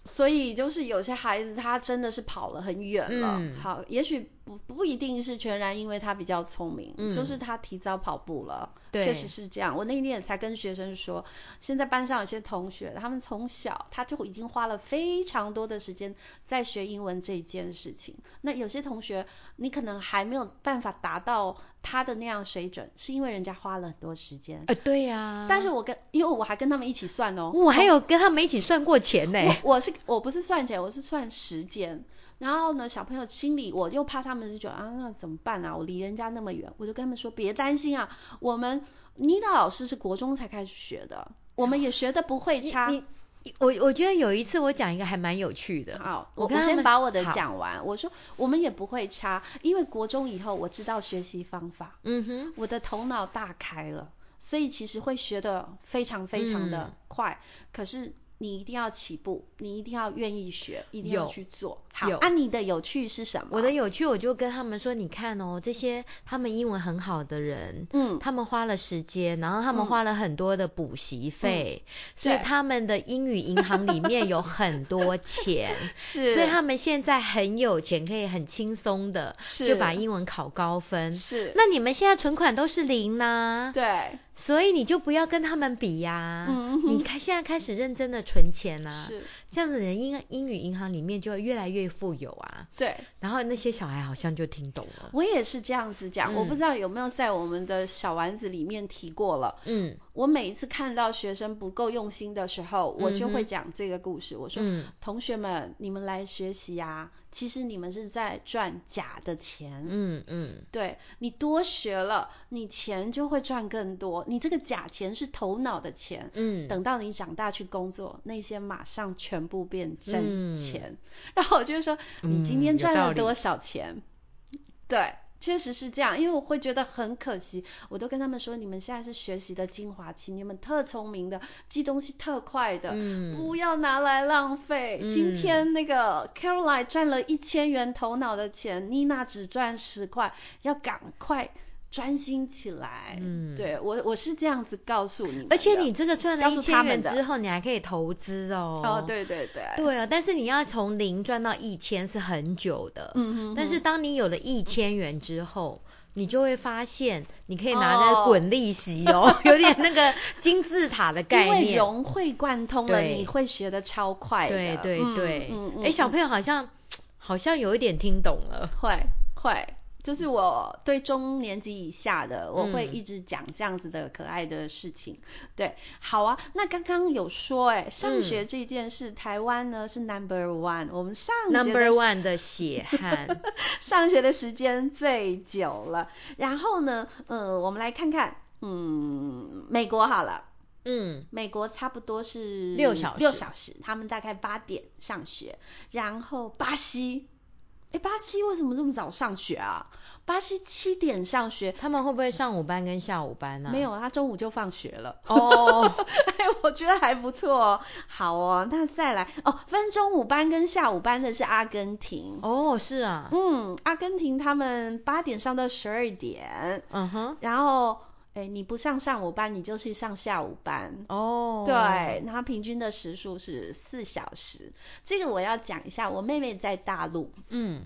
Speaker 1: 所以就是有些孩子他真的是跑了很远了，
Speaker 2: 嗯
Speaker 1: 好，也许不不一定是全然因为他比较聪明，
Speaker 2: 嗯
Speaker 1: 就是他提早跑步了，
Speaker 2: 对
Speaker 1: 确实是这样。我那天也才跟学生说，现在班上有些同学，他们从小他就已经花了非常多的时间在学英文这件事情。那有些同学，你可能还没有办法达到他的那样水准，是因为人家花了很多时间。
Speaker 2: 呃，对呀、
Speaker 1: 但是我跟，因为我还跟他们一起算哦，
Speaker 2: 我还有跟他们一起算过钱呢、
Speaker 1: 我我是我不是算钱，我是算时间。然后呢，小朋友心里我又怕他们就觉得啊，那怎么办啊？我离人家那么远，我就跟他们说别担心啊，我们妮娜老师是国中才开始学的，我们也学的不会差。
Speaker 2: 你你我我觉得有一次我讲一个还蛮有趣的，
Speaker 1: 好，我
Speaker 2: 跟
Speaker 1: 我
Speaker 2: 他
Speaker 1: 先
Speaker 2: 们
Speaker 1: 把我的
Speaker 2: 好
Speaker 1: 讲完。我说我们也不会差，因为国中以后我知道学习方法，
Speaker 2: 嗯哼，
Speaker 1: 我的头脑大开了，所以其实会学的非常非常的
Speaker 2: 嗯
Speaker 1: 快。可是你一定要起步，你一定要愿意学，一定
Speaker 2: 有
Speaker 1: 要去做。好，
Speaker 2: 有
Speaker 1: 啊，你的有趣是什么？
Speaker 2: 我的有趣，我就跟他们说，你看哦，这些他们英文很好的人，
Speaker 1: 嗯
Speaker 2: 他们花了时间，然后他们花了很多的补习费，所以
Speaker 1: 对
Speaker 2: 他们的英语银行里面有很多钱，
Speaker 1: 是，
Speaker 2: 所以他们现在很有钱，可以很轻松的
Speaker 1: 是
Speaker 2: 就把英文考高分。
Speaker 1: 是
Speaker 2: 那你们啊现在存款都是零呐、
Speaker 1: 对
Speaker 2: 所以你就不要跟他们比呀、
Speaker 1: 嗯
Speaker 2: 你开现在开始认真的存钱呐、
Speaker 1: 是，
Speaker 2: 这样子你的英英语银行里面就会越来越富有啊。
Speaker 1: 对。
Speaker 2: 然后那些小孩好像就听懂了。
Speaker 1: 我也是这样子讲，我
Speaker 2: 嗯
Speaker 1: 不知道有没有在我们的小丸子里面提过了。
Speaker 2: 嗯，
Speaker 1: 我每一次看到学生不够用心的时候，我就
Speaker 2: 嗯
Speaker 1: 会
Speaker 2: 哼
Speaker 1: 讲这个故事。我说，
Speaker 2: 嗯
Speaker 1: 同学们，你们来学习啊，其实你们是在赚假的钱。
Speaker 2: 嗯嗯
Speaker 1: 对你多学了，你钱就会赚更多。你这个假钱是头脑的钱，
Speaker 2: 嗯，
Speaker 1: 等到你长大去工作，那些马上全部变真
Speaker 2: 嗯
Speaker 1: 钱。然后我就会说，你今
Speaker 2: 嗯
Speaker 1: 天
Speaker 2: 有
Speaker 1: 赚
Speaker 2: 道
Speaker 1: 了
Speaker 2: 理
Speaker 1: 多少钱？对，确实是这样，因为我会觉得很可惜。我都跟他们说，你们现在是学习的精华期，你们特聪明的，记东西特快的，
Speaker 2: 嗯
Speaker 1: 不要拿来浪费。今
Speaker 2: 嗯
Speaker 1: 天那个 Caroline 赚了一千元头脑的钱，妮娜只赚十块，要赶快。专心起来，
Speaker 2: 嗯
Speaker 1: 对我我是这样子告诉你们的，
Speaker 2: 而且你这个赚了
Speaker 1: 告诉
Speaker 2: 一
Speaker 1: 他
Speaker 2: 千
Speaker 1: 们
Speaker 2: 元
Speaker 1: 的
Speaker 2: 之后，你还可以投资哦。
Speaker 1: 哦，。对对对，
Speaker 2: 对啊，但是你要从零赚到一千是很久的。
Speaker 1: 嗯哼
Speaker 2: 但是
Speaker 1: 哼
Speaker 2: 当你有了一千元之后，你就会发现你可以拿
Speaker 1: 哦
Speaker 2: 来滚利息哦， 有点那个金字塔的概
Speaker 1: 因为
Speaker 2: 念。
Speaker 1: 融啊会贯通了，
Speaker 2: 对
Speaker 1: 你会学的超快的。
Speaker 2: 对对对，哎、
Speaker 1: 嗯嗯
Speaker 2: 小朋友好像好像有一点听懂了。
Speaker 1: 会会，就是我对中年级以下的，我会
Speaker 2: 嗯
Speaker 1: 一直讲这样子的可爱的事情。对，好啊。那刚刚有说、
Speaker 2: 嗯
Speaker 1: 哎，上学这件事，台湾呢是 number one，我们上学
Speaker 2: Number
Speaker 1: 的
Speaker 2: one 的血 汗，
Speaker 1: 上学的时间最久了。然后呢，呃，我们来看看，嗯，美国好了。
Speaker 2: 嗯
Speaker 1: 美国差不多是
Speaker 2: 六小时
Speaker 1: 六小时，他们大概八点上学。然后巴西，哎，巴西为什么这么早上学啊？巴西七点上学，
Speaker 2: 他们会不会上午班跟下午班呢、
Speaker 1: 没有，他中午就放学了。
Speaker 2: 哦，
Speaker 1: 哎，我觉得还不错哦。好哦，那再来哦，分中午班跟下午班的是阿根廷。
Speaker 2: 哦，是啊，
Speaker 1: 嗯，阿根廷他们八点上到十二点，
Speaker 2: 嗯哼，
Speaker 1: 然后哎，你不上上午班，你就去上下午班。
Speaker 2: 哦，
Speaker 1: 对，，那它平均的时数是四小时。这个我要讲一下，我妹妹在大陆，
Speaker 2: 嗯，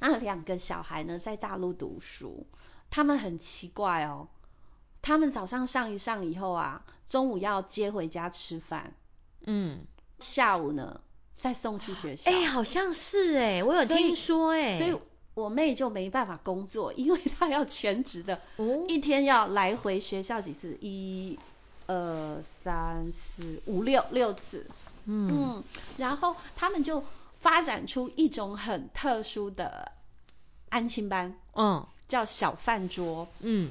Speaker 1: 那两个小孩呢在大陆读书，他们很奇怪哦，他们早上上一上以后啊，中午要接回家吃饭，
Speaker 2: 嗯，
Speaker 1: 下午呢再送去学校。
Speaker 2: 哎、好像是哎、我有
Speaker 1: 所以
Speaker 2: 听说哎、
Speaker 1: 所以我妹就没办法工作，因为她要全职的，
Speaker 2: 哦，
Speaker 1: 一天要来回学校几次？一、二、三、四、五、六六次。
Speaker 2: 嗯
Speaker 1: 嗯，然后他们就发展出一种很特殊的安亲班，
Speaker 2: 嗯
Speaker 1: 叫小饭桌。
Speaker 2: 嗯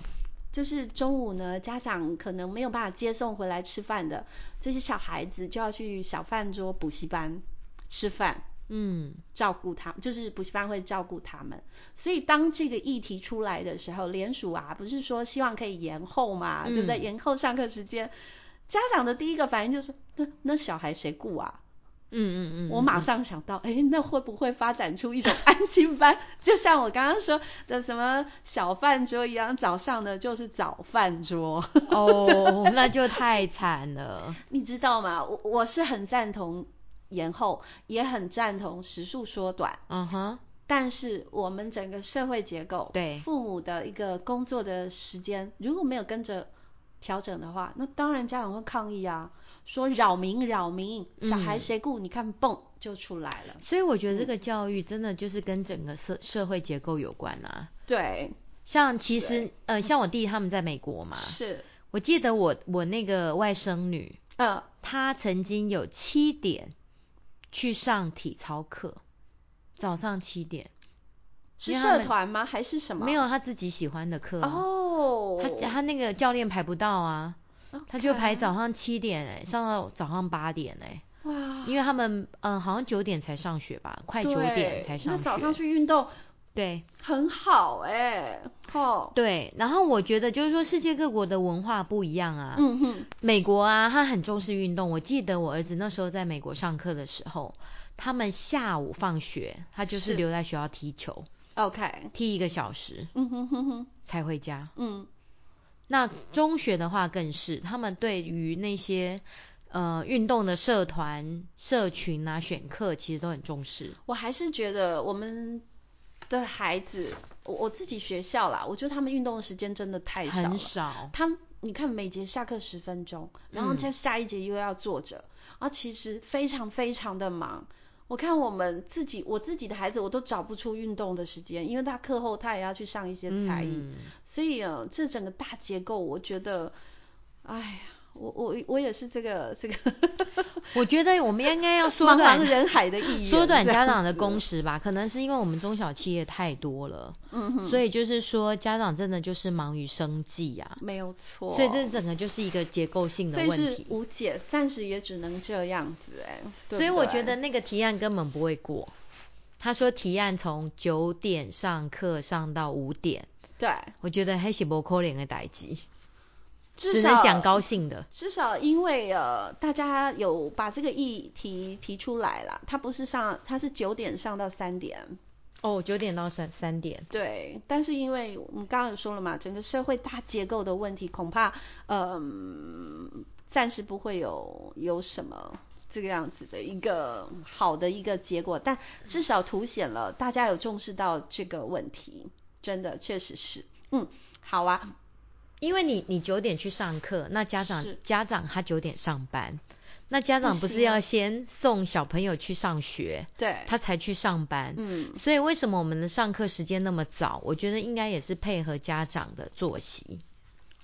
Speaker 1: 就是中午呢，家长可能没有办法接送回来吃饭的这些小孩子，就要去小饭桌补习班吃饭，
Speaker 2: 嗯
Speaker 1: 照顾他，就是补习班会照顾他们。所以当这个议题出来的时候，联署啊，不是说希望可以延后嘛，对不对？
Speaker 2: 嗯
Speaker 1: 延后上课时间，家长的第一个反应就是，那那小孩谁顾啊？
Speaker 2: 嗯嗯嗯，
Speaker 1: 我马
Speaker 2: 嗯
Speaker 1: 上想到，哎、那会不会发展出一种安亲班？就像我刚刚说的什么小饭桌一样，早上呢就是早饭桌，
Speaker 2: 哦，那就太惨了。
Speaker 1: 你知道吗？我我是很赞同延后，也很赞同时数缩短，
Speaker 2: 嗯哼，
Speaker 1: 但是我们整个社会结构，
Speaker 2: 对
Speaker 1: 父母的一个工作的时间，如果没有跟着调整的话，那当然家长会抗议啊，说扰民扰民，小孩
Speaker 2: 嗯
Speaker 1: 谁顾？你看蹦就出来了，
Speaker 2: 所以我觉得这个教育真的就是跟整个社社会结构有关啊。
Speaker 1: 对，
Speaker 2: 像其实呃，像我弟他们在美国嘛，
Speaker 1: 是，
Speaker 2: 我记得我我那个外甥女，
Speaker 1: 嗯、
Speaker 2: 她曾经有七点去上体操课，早上七点，
Speaker 1: 是
Speaker 2: 因为他
Speaker 1: 社
Speaker 2: 们
Speaker 1: 团吗？还是什么？
Speaker 2: 没有她自己喜欢的课啊、
Speaker 1: 哦，
Speaker 2: 她她那个教练排不到啊，
Speaker 1: OK
Speaker 2: 她就排早上七点哎、上到早上八点哎、
Speaker 1: 哇，
Speaker 2: 因为他们嗯、好像九点才上学吧，快九点
Speaker 1: 啊对
Speaker 2: 才上
Speaker 1: 那
Speaker 2: 学。
Speaker 1: 早上去运动
Speaker 2: 对
Speaker 1: 很好哎、哦，
Speaker 2: 对，然后我觉得就是说世界各国的文化不一样啊。
Speaker 1: 嗯哼，
Speaker 2: 美国啊，他很重视运动。我记得我儿子那时候在美国上课的时候，他们下午放学，他就是
Speaker 1: 是
Speaker 2: 留在学校踢球，
Speaker 1: ，OK，
Speaker 2: 踢一个小时
Speaker 1: 嗯哼哼哼，
Speaker 2: 才回家。
Speaker 1: 嗯，
Speaker 2: 那中学的话更是，他们对于那些呃运动的社团、社群啊、选课其实都很重视。
Speaker 1: 我还是觉得我们的孩子，我我自己学校啦，我觉得他们运动的时间真的太少了
Speaker 2: 很。少，
Speaker 1: 他们你看每节下课十分钟，然后
Speaker 2: 嗯
Speaker 1: 在下一节又要坐着，啊，其实非常非常的忙。我看我们自己，我自己的孩子，我都找不出运动的时间，因为他课后他也要去上一些才艺，
Speaker 2: 嗯
Speaker 1: 所以啊，呃这整个大结构，我觉得，哎呀，我我我也是这个这个
Speaker 2: 我觉得我们应该要缩
Speaker 1: 茫
Speaker 2: 短
Speaker 1: 茫人海的意愿，
Speaker 2: 缩短
Speaker 1: 这
Speaker 2: 家
Speaker 1: 样
Speaker 2: 长的
Speaker 1: 子
Speaker 2: 工，时吧，可能是因为我们中小企业太多了，
Speaker 1: 嗯哼，
Speaker 2: 所
Speaker 1: 以
Speaker 2: 以就是说家长真的就是忙于生计啊，
Speaker 1: 没有错，
Speaker 2: 所以这整个就是一个结构性的
Speaker 1: 哦所以
Speaker 2: 问
Speaker 1: 是
Speaker 2: 题。
Speaker 1: 无解，暂时也只能这样子哎、对
Speaker 2: 所以
Speaker 1: 不
Speaker 2: 我
Speaker 1: 对
Speaker 2: 觉得那个提案根本不会过。他说提案从九点上课上到五点，
Speaker 1: 对，
Speaker 2: 我觉得黑喜伯扣脸的代机，
Speaker 1: 至
Speaker 2: 只
Speaker 1: 少
Speaker 2: 能讲高兴的。
Speaker 1: 至少因为呃，大家有把这个议题提出来啦，它不是上，它是九点上到三点，
Speaker 2: 哦，九点到三三点，
Speaker 1: 对。但是因为我们刚刚有说了嘛，整个社会大结构的问题，恐怕嗯、暂时不会有有什么。这个样子的一个好的一个结果，但至少凸显了大家有重视到这个问题，真的确实是，嗯，好啊，
Speaker 2: 因为你你九点去上课，那家长
Speaker 1: 是
Speaker 2: 家长他九点上班，那家长不
Speaker 1: 不
Speaker 2: 是
Speaker 1: 行啊
Speaker 2: 要先送小朋友去上学，
Speaker 1: 对，
Speaker 2: 他才去上班。
Speaker 1: 嗯，
Speaker 2: 所以为什么我们的上课时间那么早？我觉得应该也是配合家长的作息。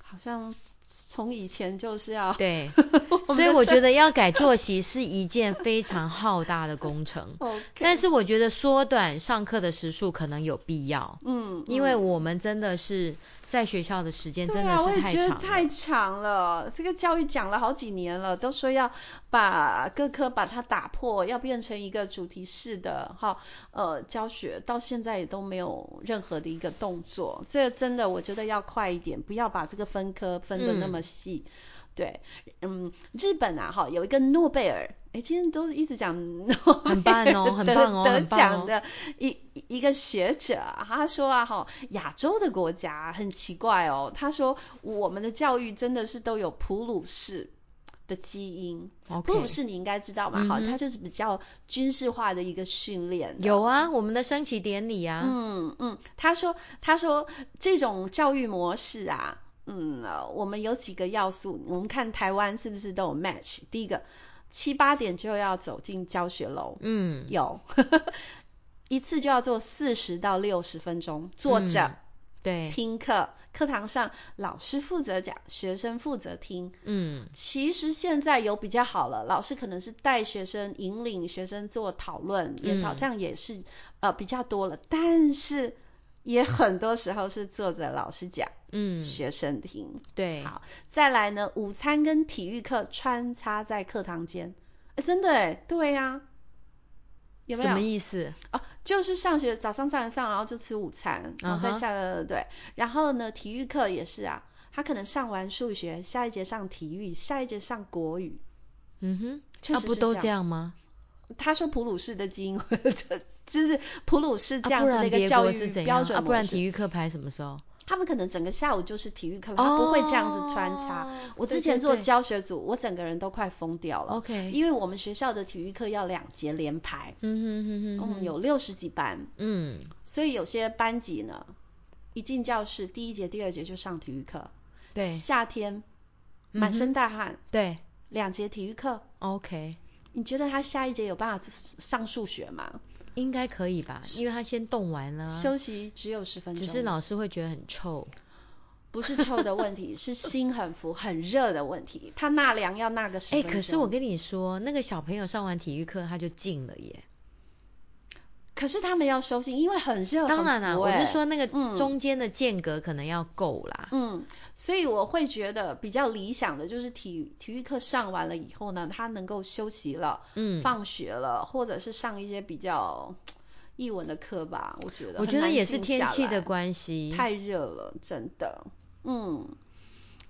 Speaker 1: 好像从以前就 是要
Speaker 2: 对，
Speaker 1: 们
Speaker 2: 所以
Speaker 1: 的
Speaker 2: 哦我
Speaker 1: 社。
Speaker 2: 觉得要改作息是一件非常浩大的工程
Speaker 1: OK，
Speaker 2: 但是我觉得缩短上课的时数可能有必要，
Speaker 1: 嗯，
Speaker 2: 因为
Speaker 1: 嗯
Speaker 2: 我们真的是在学校的时间真的
Speaker 1: 对啊，我
Speaker 2: 是
Speaker 1: 也
Speaker 2: 太
Speaker 1: 觉得
Speaker 2: 长了。
Speaker 1: 太长了。这个教育讲了好几年了，都说要把各科把它打破，要变成一个主题式的哈呃教学，到现在也都没有任何的一个动作。这个真的我觉得要快一点，不要把这个分科分的那
Speaker 2: 嗯
Speaker 1: 么细。对，嗯，日本啊，哈，有一个诺贝尔，哎，今天都一直讲诺
Speaker 2: 很
Speaker 1: 贝
Speaker 2: 棒
Speaker 1: 尔
Speaker 2: 哦很
Speaker 1: 得
Speaker 2: 棒哦
Speaker 1: 得
Speaker 2: 很棒
Speaker 1: 奖
Speaker 2: 哦
Speaker 1: 的一一个学者，他说啊，哈，亚洲的国家很奇怪哦，他说我们的教育真的是都有普鲁士的基因，普
Speaker 2: OK，
Speaker 1: 鲁士你应该知道嘛，哈、
Speaker 2: 嗯哼
Speaker 1: 它就是比较军事化的一个训练的，
Speaker 2: 有啊，我们的升旗典礼啊，
Speaker 1: 嗯嗯，他说他说这种教育模式啊，嗯，呃我们有几个要素，我们看台湾是不是都有 match。第一个，七八点就要走进教学楼，
Speaker 2: 嗯，
Speaker 1: 有， 一次就要做四十到六十分钟，坐着、
Speaker 2: 对，
Speaker 1: 听课，课堂上老师负责讲，学生负责听。
Speaker 2: 嗯，
Speaker 1: 其实现在有比较好了，老师可能是带学生、引领学生做讨论、研讨，
Speaker 2: 嗯
Speaker 1: 这样也是呃比较多了。但是也很多时候是坐着老师讲，
Speaker 2: 嗯，
Speaker 1: 学生听。
Speaker 2: 对，
Speaker 1: 好，再来呢，午餐跟体育课穿插在课堂间，诶真的哎，对呀、有
Speaker 2: 嗯
Speaker 1: 没
Speaker 2: 什么
Speaker 1: 有？
Speaker 2: 意思？
Speaker 1: 哦，就是上学早上上一上，然后就吃午餐，然后
Speaker 2: 嗯
Speaker 1: 再
Speaker 2: 哼
Speaker 1: 下、对，然后呢，体育课也是啊，他可能上完数学，下一节上体育，下一节上国语，
Speaker 2: 嗯哼，
Speaker 1: 确
Speaker 2: 啊，
Speaker 1: 实
Speaker 2: 不
Speaker 1: 是
Speaker 2: 都
Speaker 1: 这
Speaker 2: 这样吗？
Speaker 1: 他说普鲁士的基因， 这就是普鲁士这
Speaker 2: 啊
Speaker 1: 样
Speaker 2: 不
Speaker 1: 子的
Speaker 2: 然
Speaker 1: 一个
Speaker 2: 别
Speaker 1: 教
Speaker 2: 国是
Speaker 1: 育
Speaker 2: 怎
Speaker 1: 标
Speaker 2: 样？
Speaker 1: 准模
Speaker 2: 啊，
Speaker 1: 式。
Speaker 2: 不然体育课排什么时候？
Speaker 1: 他们可能整个下午就是体育课，他不会这样子穿插。
Speaker 2: 哦
Speaker 1: 我
Speaker 2: 对
Speaker 1: 之前
Speaker 2: 对
Speaker 1: 做
Speaker 2: 对
Speaker 1: 教学组，我整个人都快疯掉了。
Speaker 2: OK，
Speaker 1: 因为我们学校的体育课要两节连排，
Speaker 2: 嗯哼哼
Speaker 1: 我
Speaker 2: 哼
Speaker 1: 们
Speaker 2: 哼，
Speaker 1: 有六十几班，
Speaker 2: 嗯，
Speaker 1: 所以有些班级呢，一进教室第一节、第二节就上体育课，
Speaker 2: 对嗯
Speaker 1: 夏天满身大汗，
Speaker 2: 对
Speaker 1: 两节体育课，
Speaker 2: ，OK，
Speaker 1: 你觉得他下一节有办法上数学吗？
Speaker 2: 应该可以吧？因为他先动完了啊，
Speaker 1: 休息只有十分钟，
Speaker 2: 只是老师会觉得很臭。
Speaker 1: 不是臭的问题，是心很浮、很热的问题。他纳凉要纳个十
Speaker 2: 哎，
Speaker 1: 分钟。
Speaker 2: 可是我，跟你说，那个小朋友上完体育课他就进了耶。
Speaker 1: 可是他们要收心，因为很热。
Speaker 2: 当然啦，
Speaker 1: 很浮
Speaker 2: 我
Speaker 1: 哎
Speaker 2: 是说那个
Speaker 1: 嗯
Speaker 2: 中间的间隔可能要够啦。
Speaker 1: 嗯，所以我会觉得比较理想的就是体体育课上完了以后呢，他能够休息了，
Speaker 2: 嗯，
Speaker 1: 放学了，或者是上一些比较译文的课吧。我觉得，
Speaker 2: 我觉得也是
Speaker 1: 很难静
Speaker 2: 天气
Speaker 1: 下来
Speaker 2: 的关系。
Speaker 1: 太热了，真的。嗯，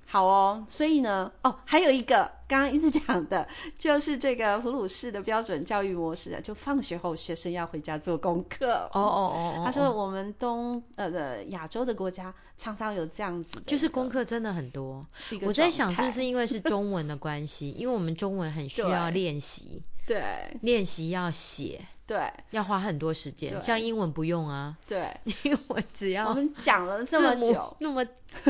Speaker 1: 好哦。所以呢，哦，还有一个刚刚一直讲的，就是这个普鲁士的标准教育模式啊，就放学后学生要回家做功课。
Speaker 2: 哦哦哦哦，
Speaker 1: 他说
Speaker 2: 哦
Speaker 1: 我们东呃的亚洲的国家常常有这样子的一个，
Speaker 2: 就是功课真的很多。
Speaker 1: 一个
Speaker 2: 我在
Speaker 1: 状
Speaker 2: 想是不
Speaker 1: 态
Speaker 2: 是因 为是中文的关系，因为我们中文很需要
Speaker 1: 对
Speaker 2: 练习，
Speaker 1: 对
Speaker 2: 练习要写，
Speaker 1: 对
Speaker 2: 要花很多时间。
Speaker 1: 对
Speaker 2: 像英文不用啊，
Speaker 1: 对，
Speaker 2: 英文只
Speaker 1: 我
Speaker 2: 要
Speaker 1: 们讲了
Speaker 2: 字
Speaker 1: 这么
Speaker 2: 母
Speaker 1: 久，
Speaker 2: 那么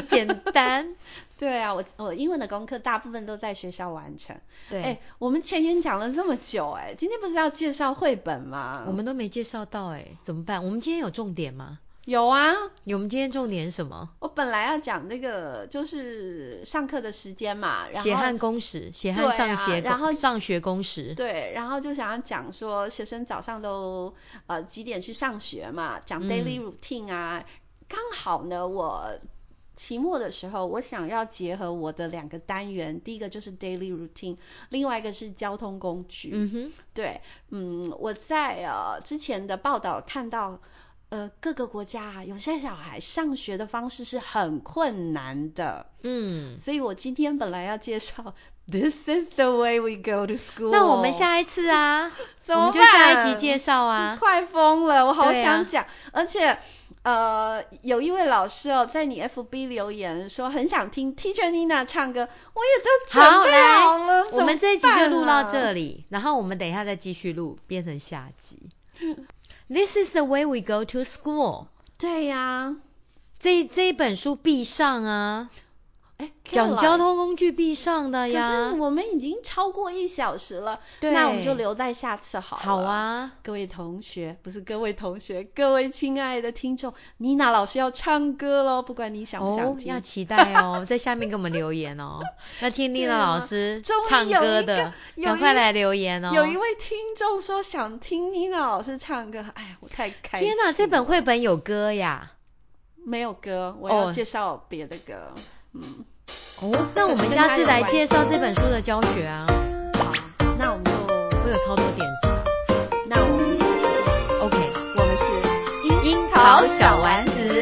Speaker 2: 简 单。
Speaker 1: 对啊，我我英文的功课大部分都在学校完成。
Speaker 2: 对，
Speaker 1: 哎、我们前言讲了这么久、哎，今天不是要介绍绘本吗？
Speaker 2: 欸 我们都没介绍到哎、怎么办？我们今天有重点吗？
Speaker 1: 有啊，
Speaker 2: 我们今天重点是什么？
Speaker 1: 我本来要讲那个就是上课的时间嘛，啊然
Speaker 2: 血
Speaker 1: 后
Speaker 2: 汗工时，血
Speaker 1: 对
Speaker 2: 汗
Speaker 1: 啊
Speaker 2: 上学工、
Speaker 1: 然后
Speaker 2: 上学工时，
Speaker 1: 对，然后就想要讲说学生早上都呃几点去上学嘛，讲 daily routine 啊，刚好呢我。期末的时候，我想要结合我的两个单元，第一个就是 daily routine，另外一个是交通工具。
Speaker 2: 嗯哼，
Speaker 1: 对，嗯，我在呃之前的报道看到，呃，各个国家啊有些小孩上学的方式是很困难的，
Speaker 2: 嗯。
Speaker 1: 所以我今天本来要介绍 This is the way we go to school。
Speaker 2: 那我们下一次啊，
Speaker 1: 怎
Speaker 2: 我
Speaker 1: 么
Speaker 2: 们就下一集
Speaker 1: 办
Speaker 2: 介绍啊。
Speaker 1: 快疯了，我好
Speaker 2: 对啊
Speaker 1: 想讲，而且。呃，有一位老师哦，在你 FB 留言说很想听 Teacher Nina 唱歌，我也都准
Speaker 2: 好
Speaker 1: 备
Speaker 2: 来
Speaker 1: 好了。
Speaker 2: 我们这一集就录到
Speaker 1: 里。
Speaker 2: 这里，然后我们等一下再继续录，变成下 集。This is the way we go to school。
Speaker 1: 对呀、
Speaker 2: 这这一本书必上啊，
Speaker 1: 哎，
Speaker 2: 讲
Speaker 1: Caroline
Speaker 2: 交通工具必上的
Speaker 1: 可是
Speaker 2: 呀。
Speaker 1: 我们已经超过一小时了，
Speaker 2: 对
Speaker 1: 那我们就留在下次好了。
Speaker 2: 好，啊，
Speaker 1: 各位同学，不是各位同学，各位亲爱的听众，妮娜老师要唱歌喽，不管你想不想
Speaker 2: 哦，
Speaker 1: 听。
Speaker 2: 要期待哦，在下面给我们留言 哦。那天丽
Speaker 1: 对
Speaker 2: 娜
Speaker 1: 啊
Speaker 2: 老师
Speaker 1: 终于
Speaker 2: 唱
Speaker 1: 有
Speaker 2: 歌
Speaker 1: 一个
Speaker 2: 的，
Speaker 1: 有
Speaker 2: 赶
Speaker 1: 一
Speaker 2: 快来留言哦。
Speaker 1: 有一位听众说想听妮娜老师唱歌，哎呀，我太开心
Speaker 2: 天
Speaker 1: 了。
Speaker 2: 哪，这本绘本有歌呀！
Speaker 1: 没有歌，我要
Speaker 2: 哦
Speaker 1: 介绍别的歌。嗯，
Speaker 2: 哦，那我们
Speaker 1: 跟
Speaker 2: 下
Speaker 1: 它
Speaker 2: 次
Speaker 1: 有
Speaker 2: 来
Speaker 1: 关
Speaker 2: 介
Speaker 1: 系
Speaker 2: 绍这本书的教学啊，
Speaker 1: 好，那我们
Speaker 2: 我
Speaker 1: 就，
Speaker 2: 有超多点子啊。
Speaker 1: 那我们下次见。
Speaker 2: OK。
Speaker 1: 我们是
Speaker 2: 樱桃小丸子。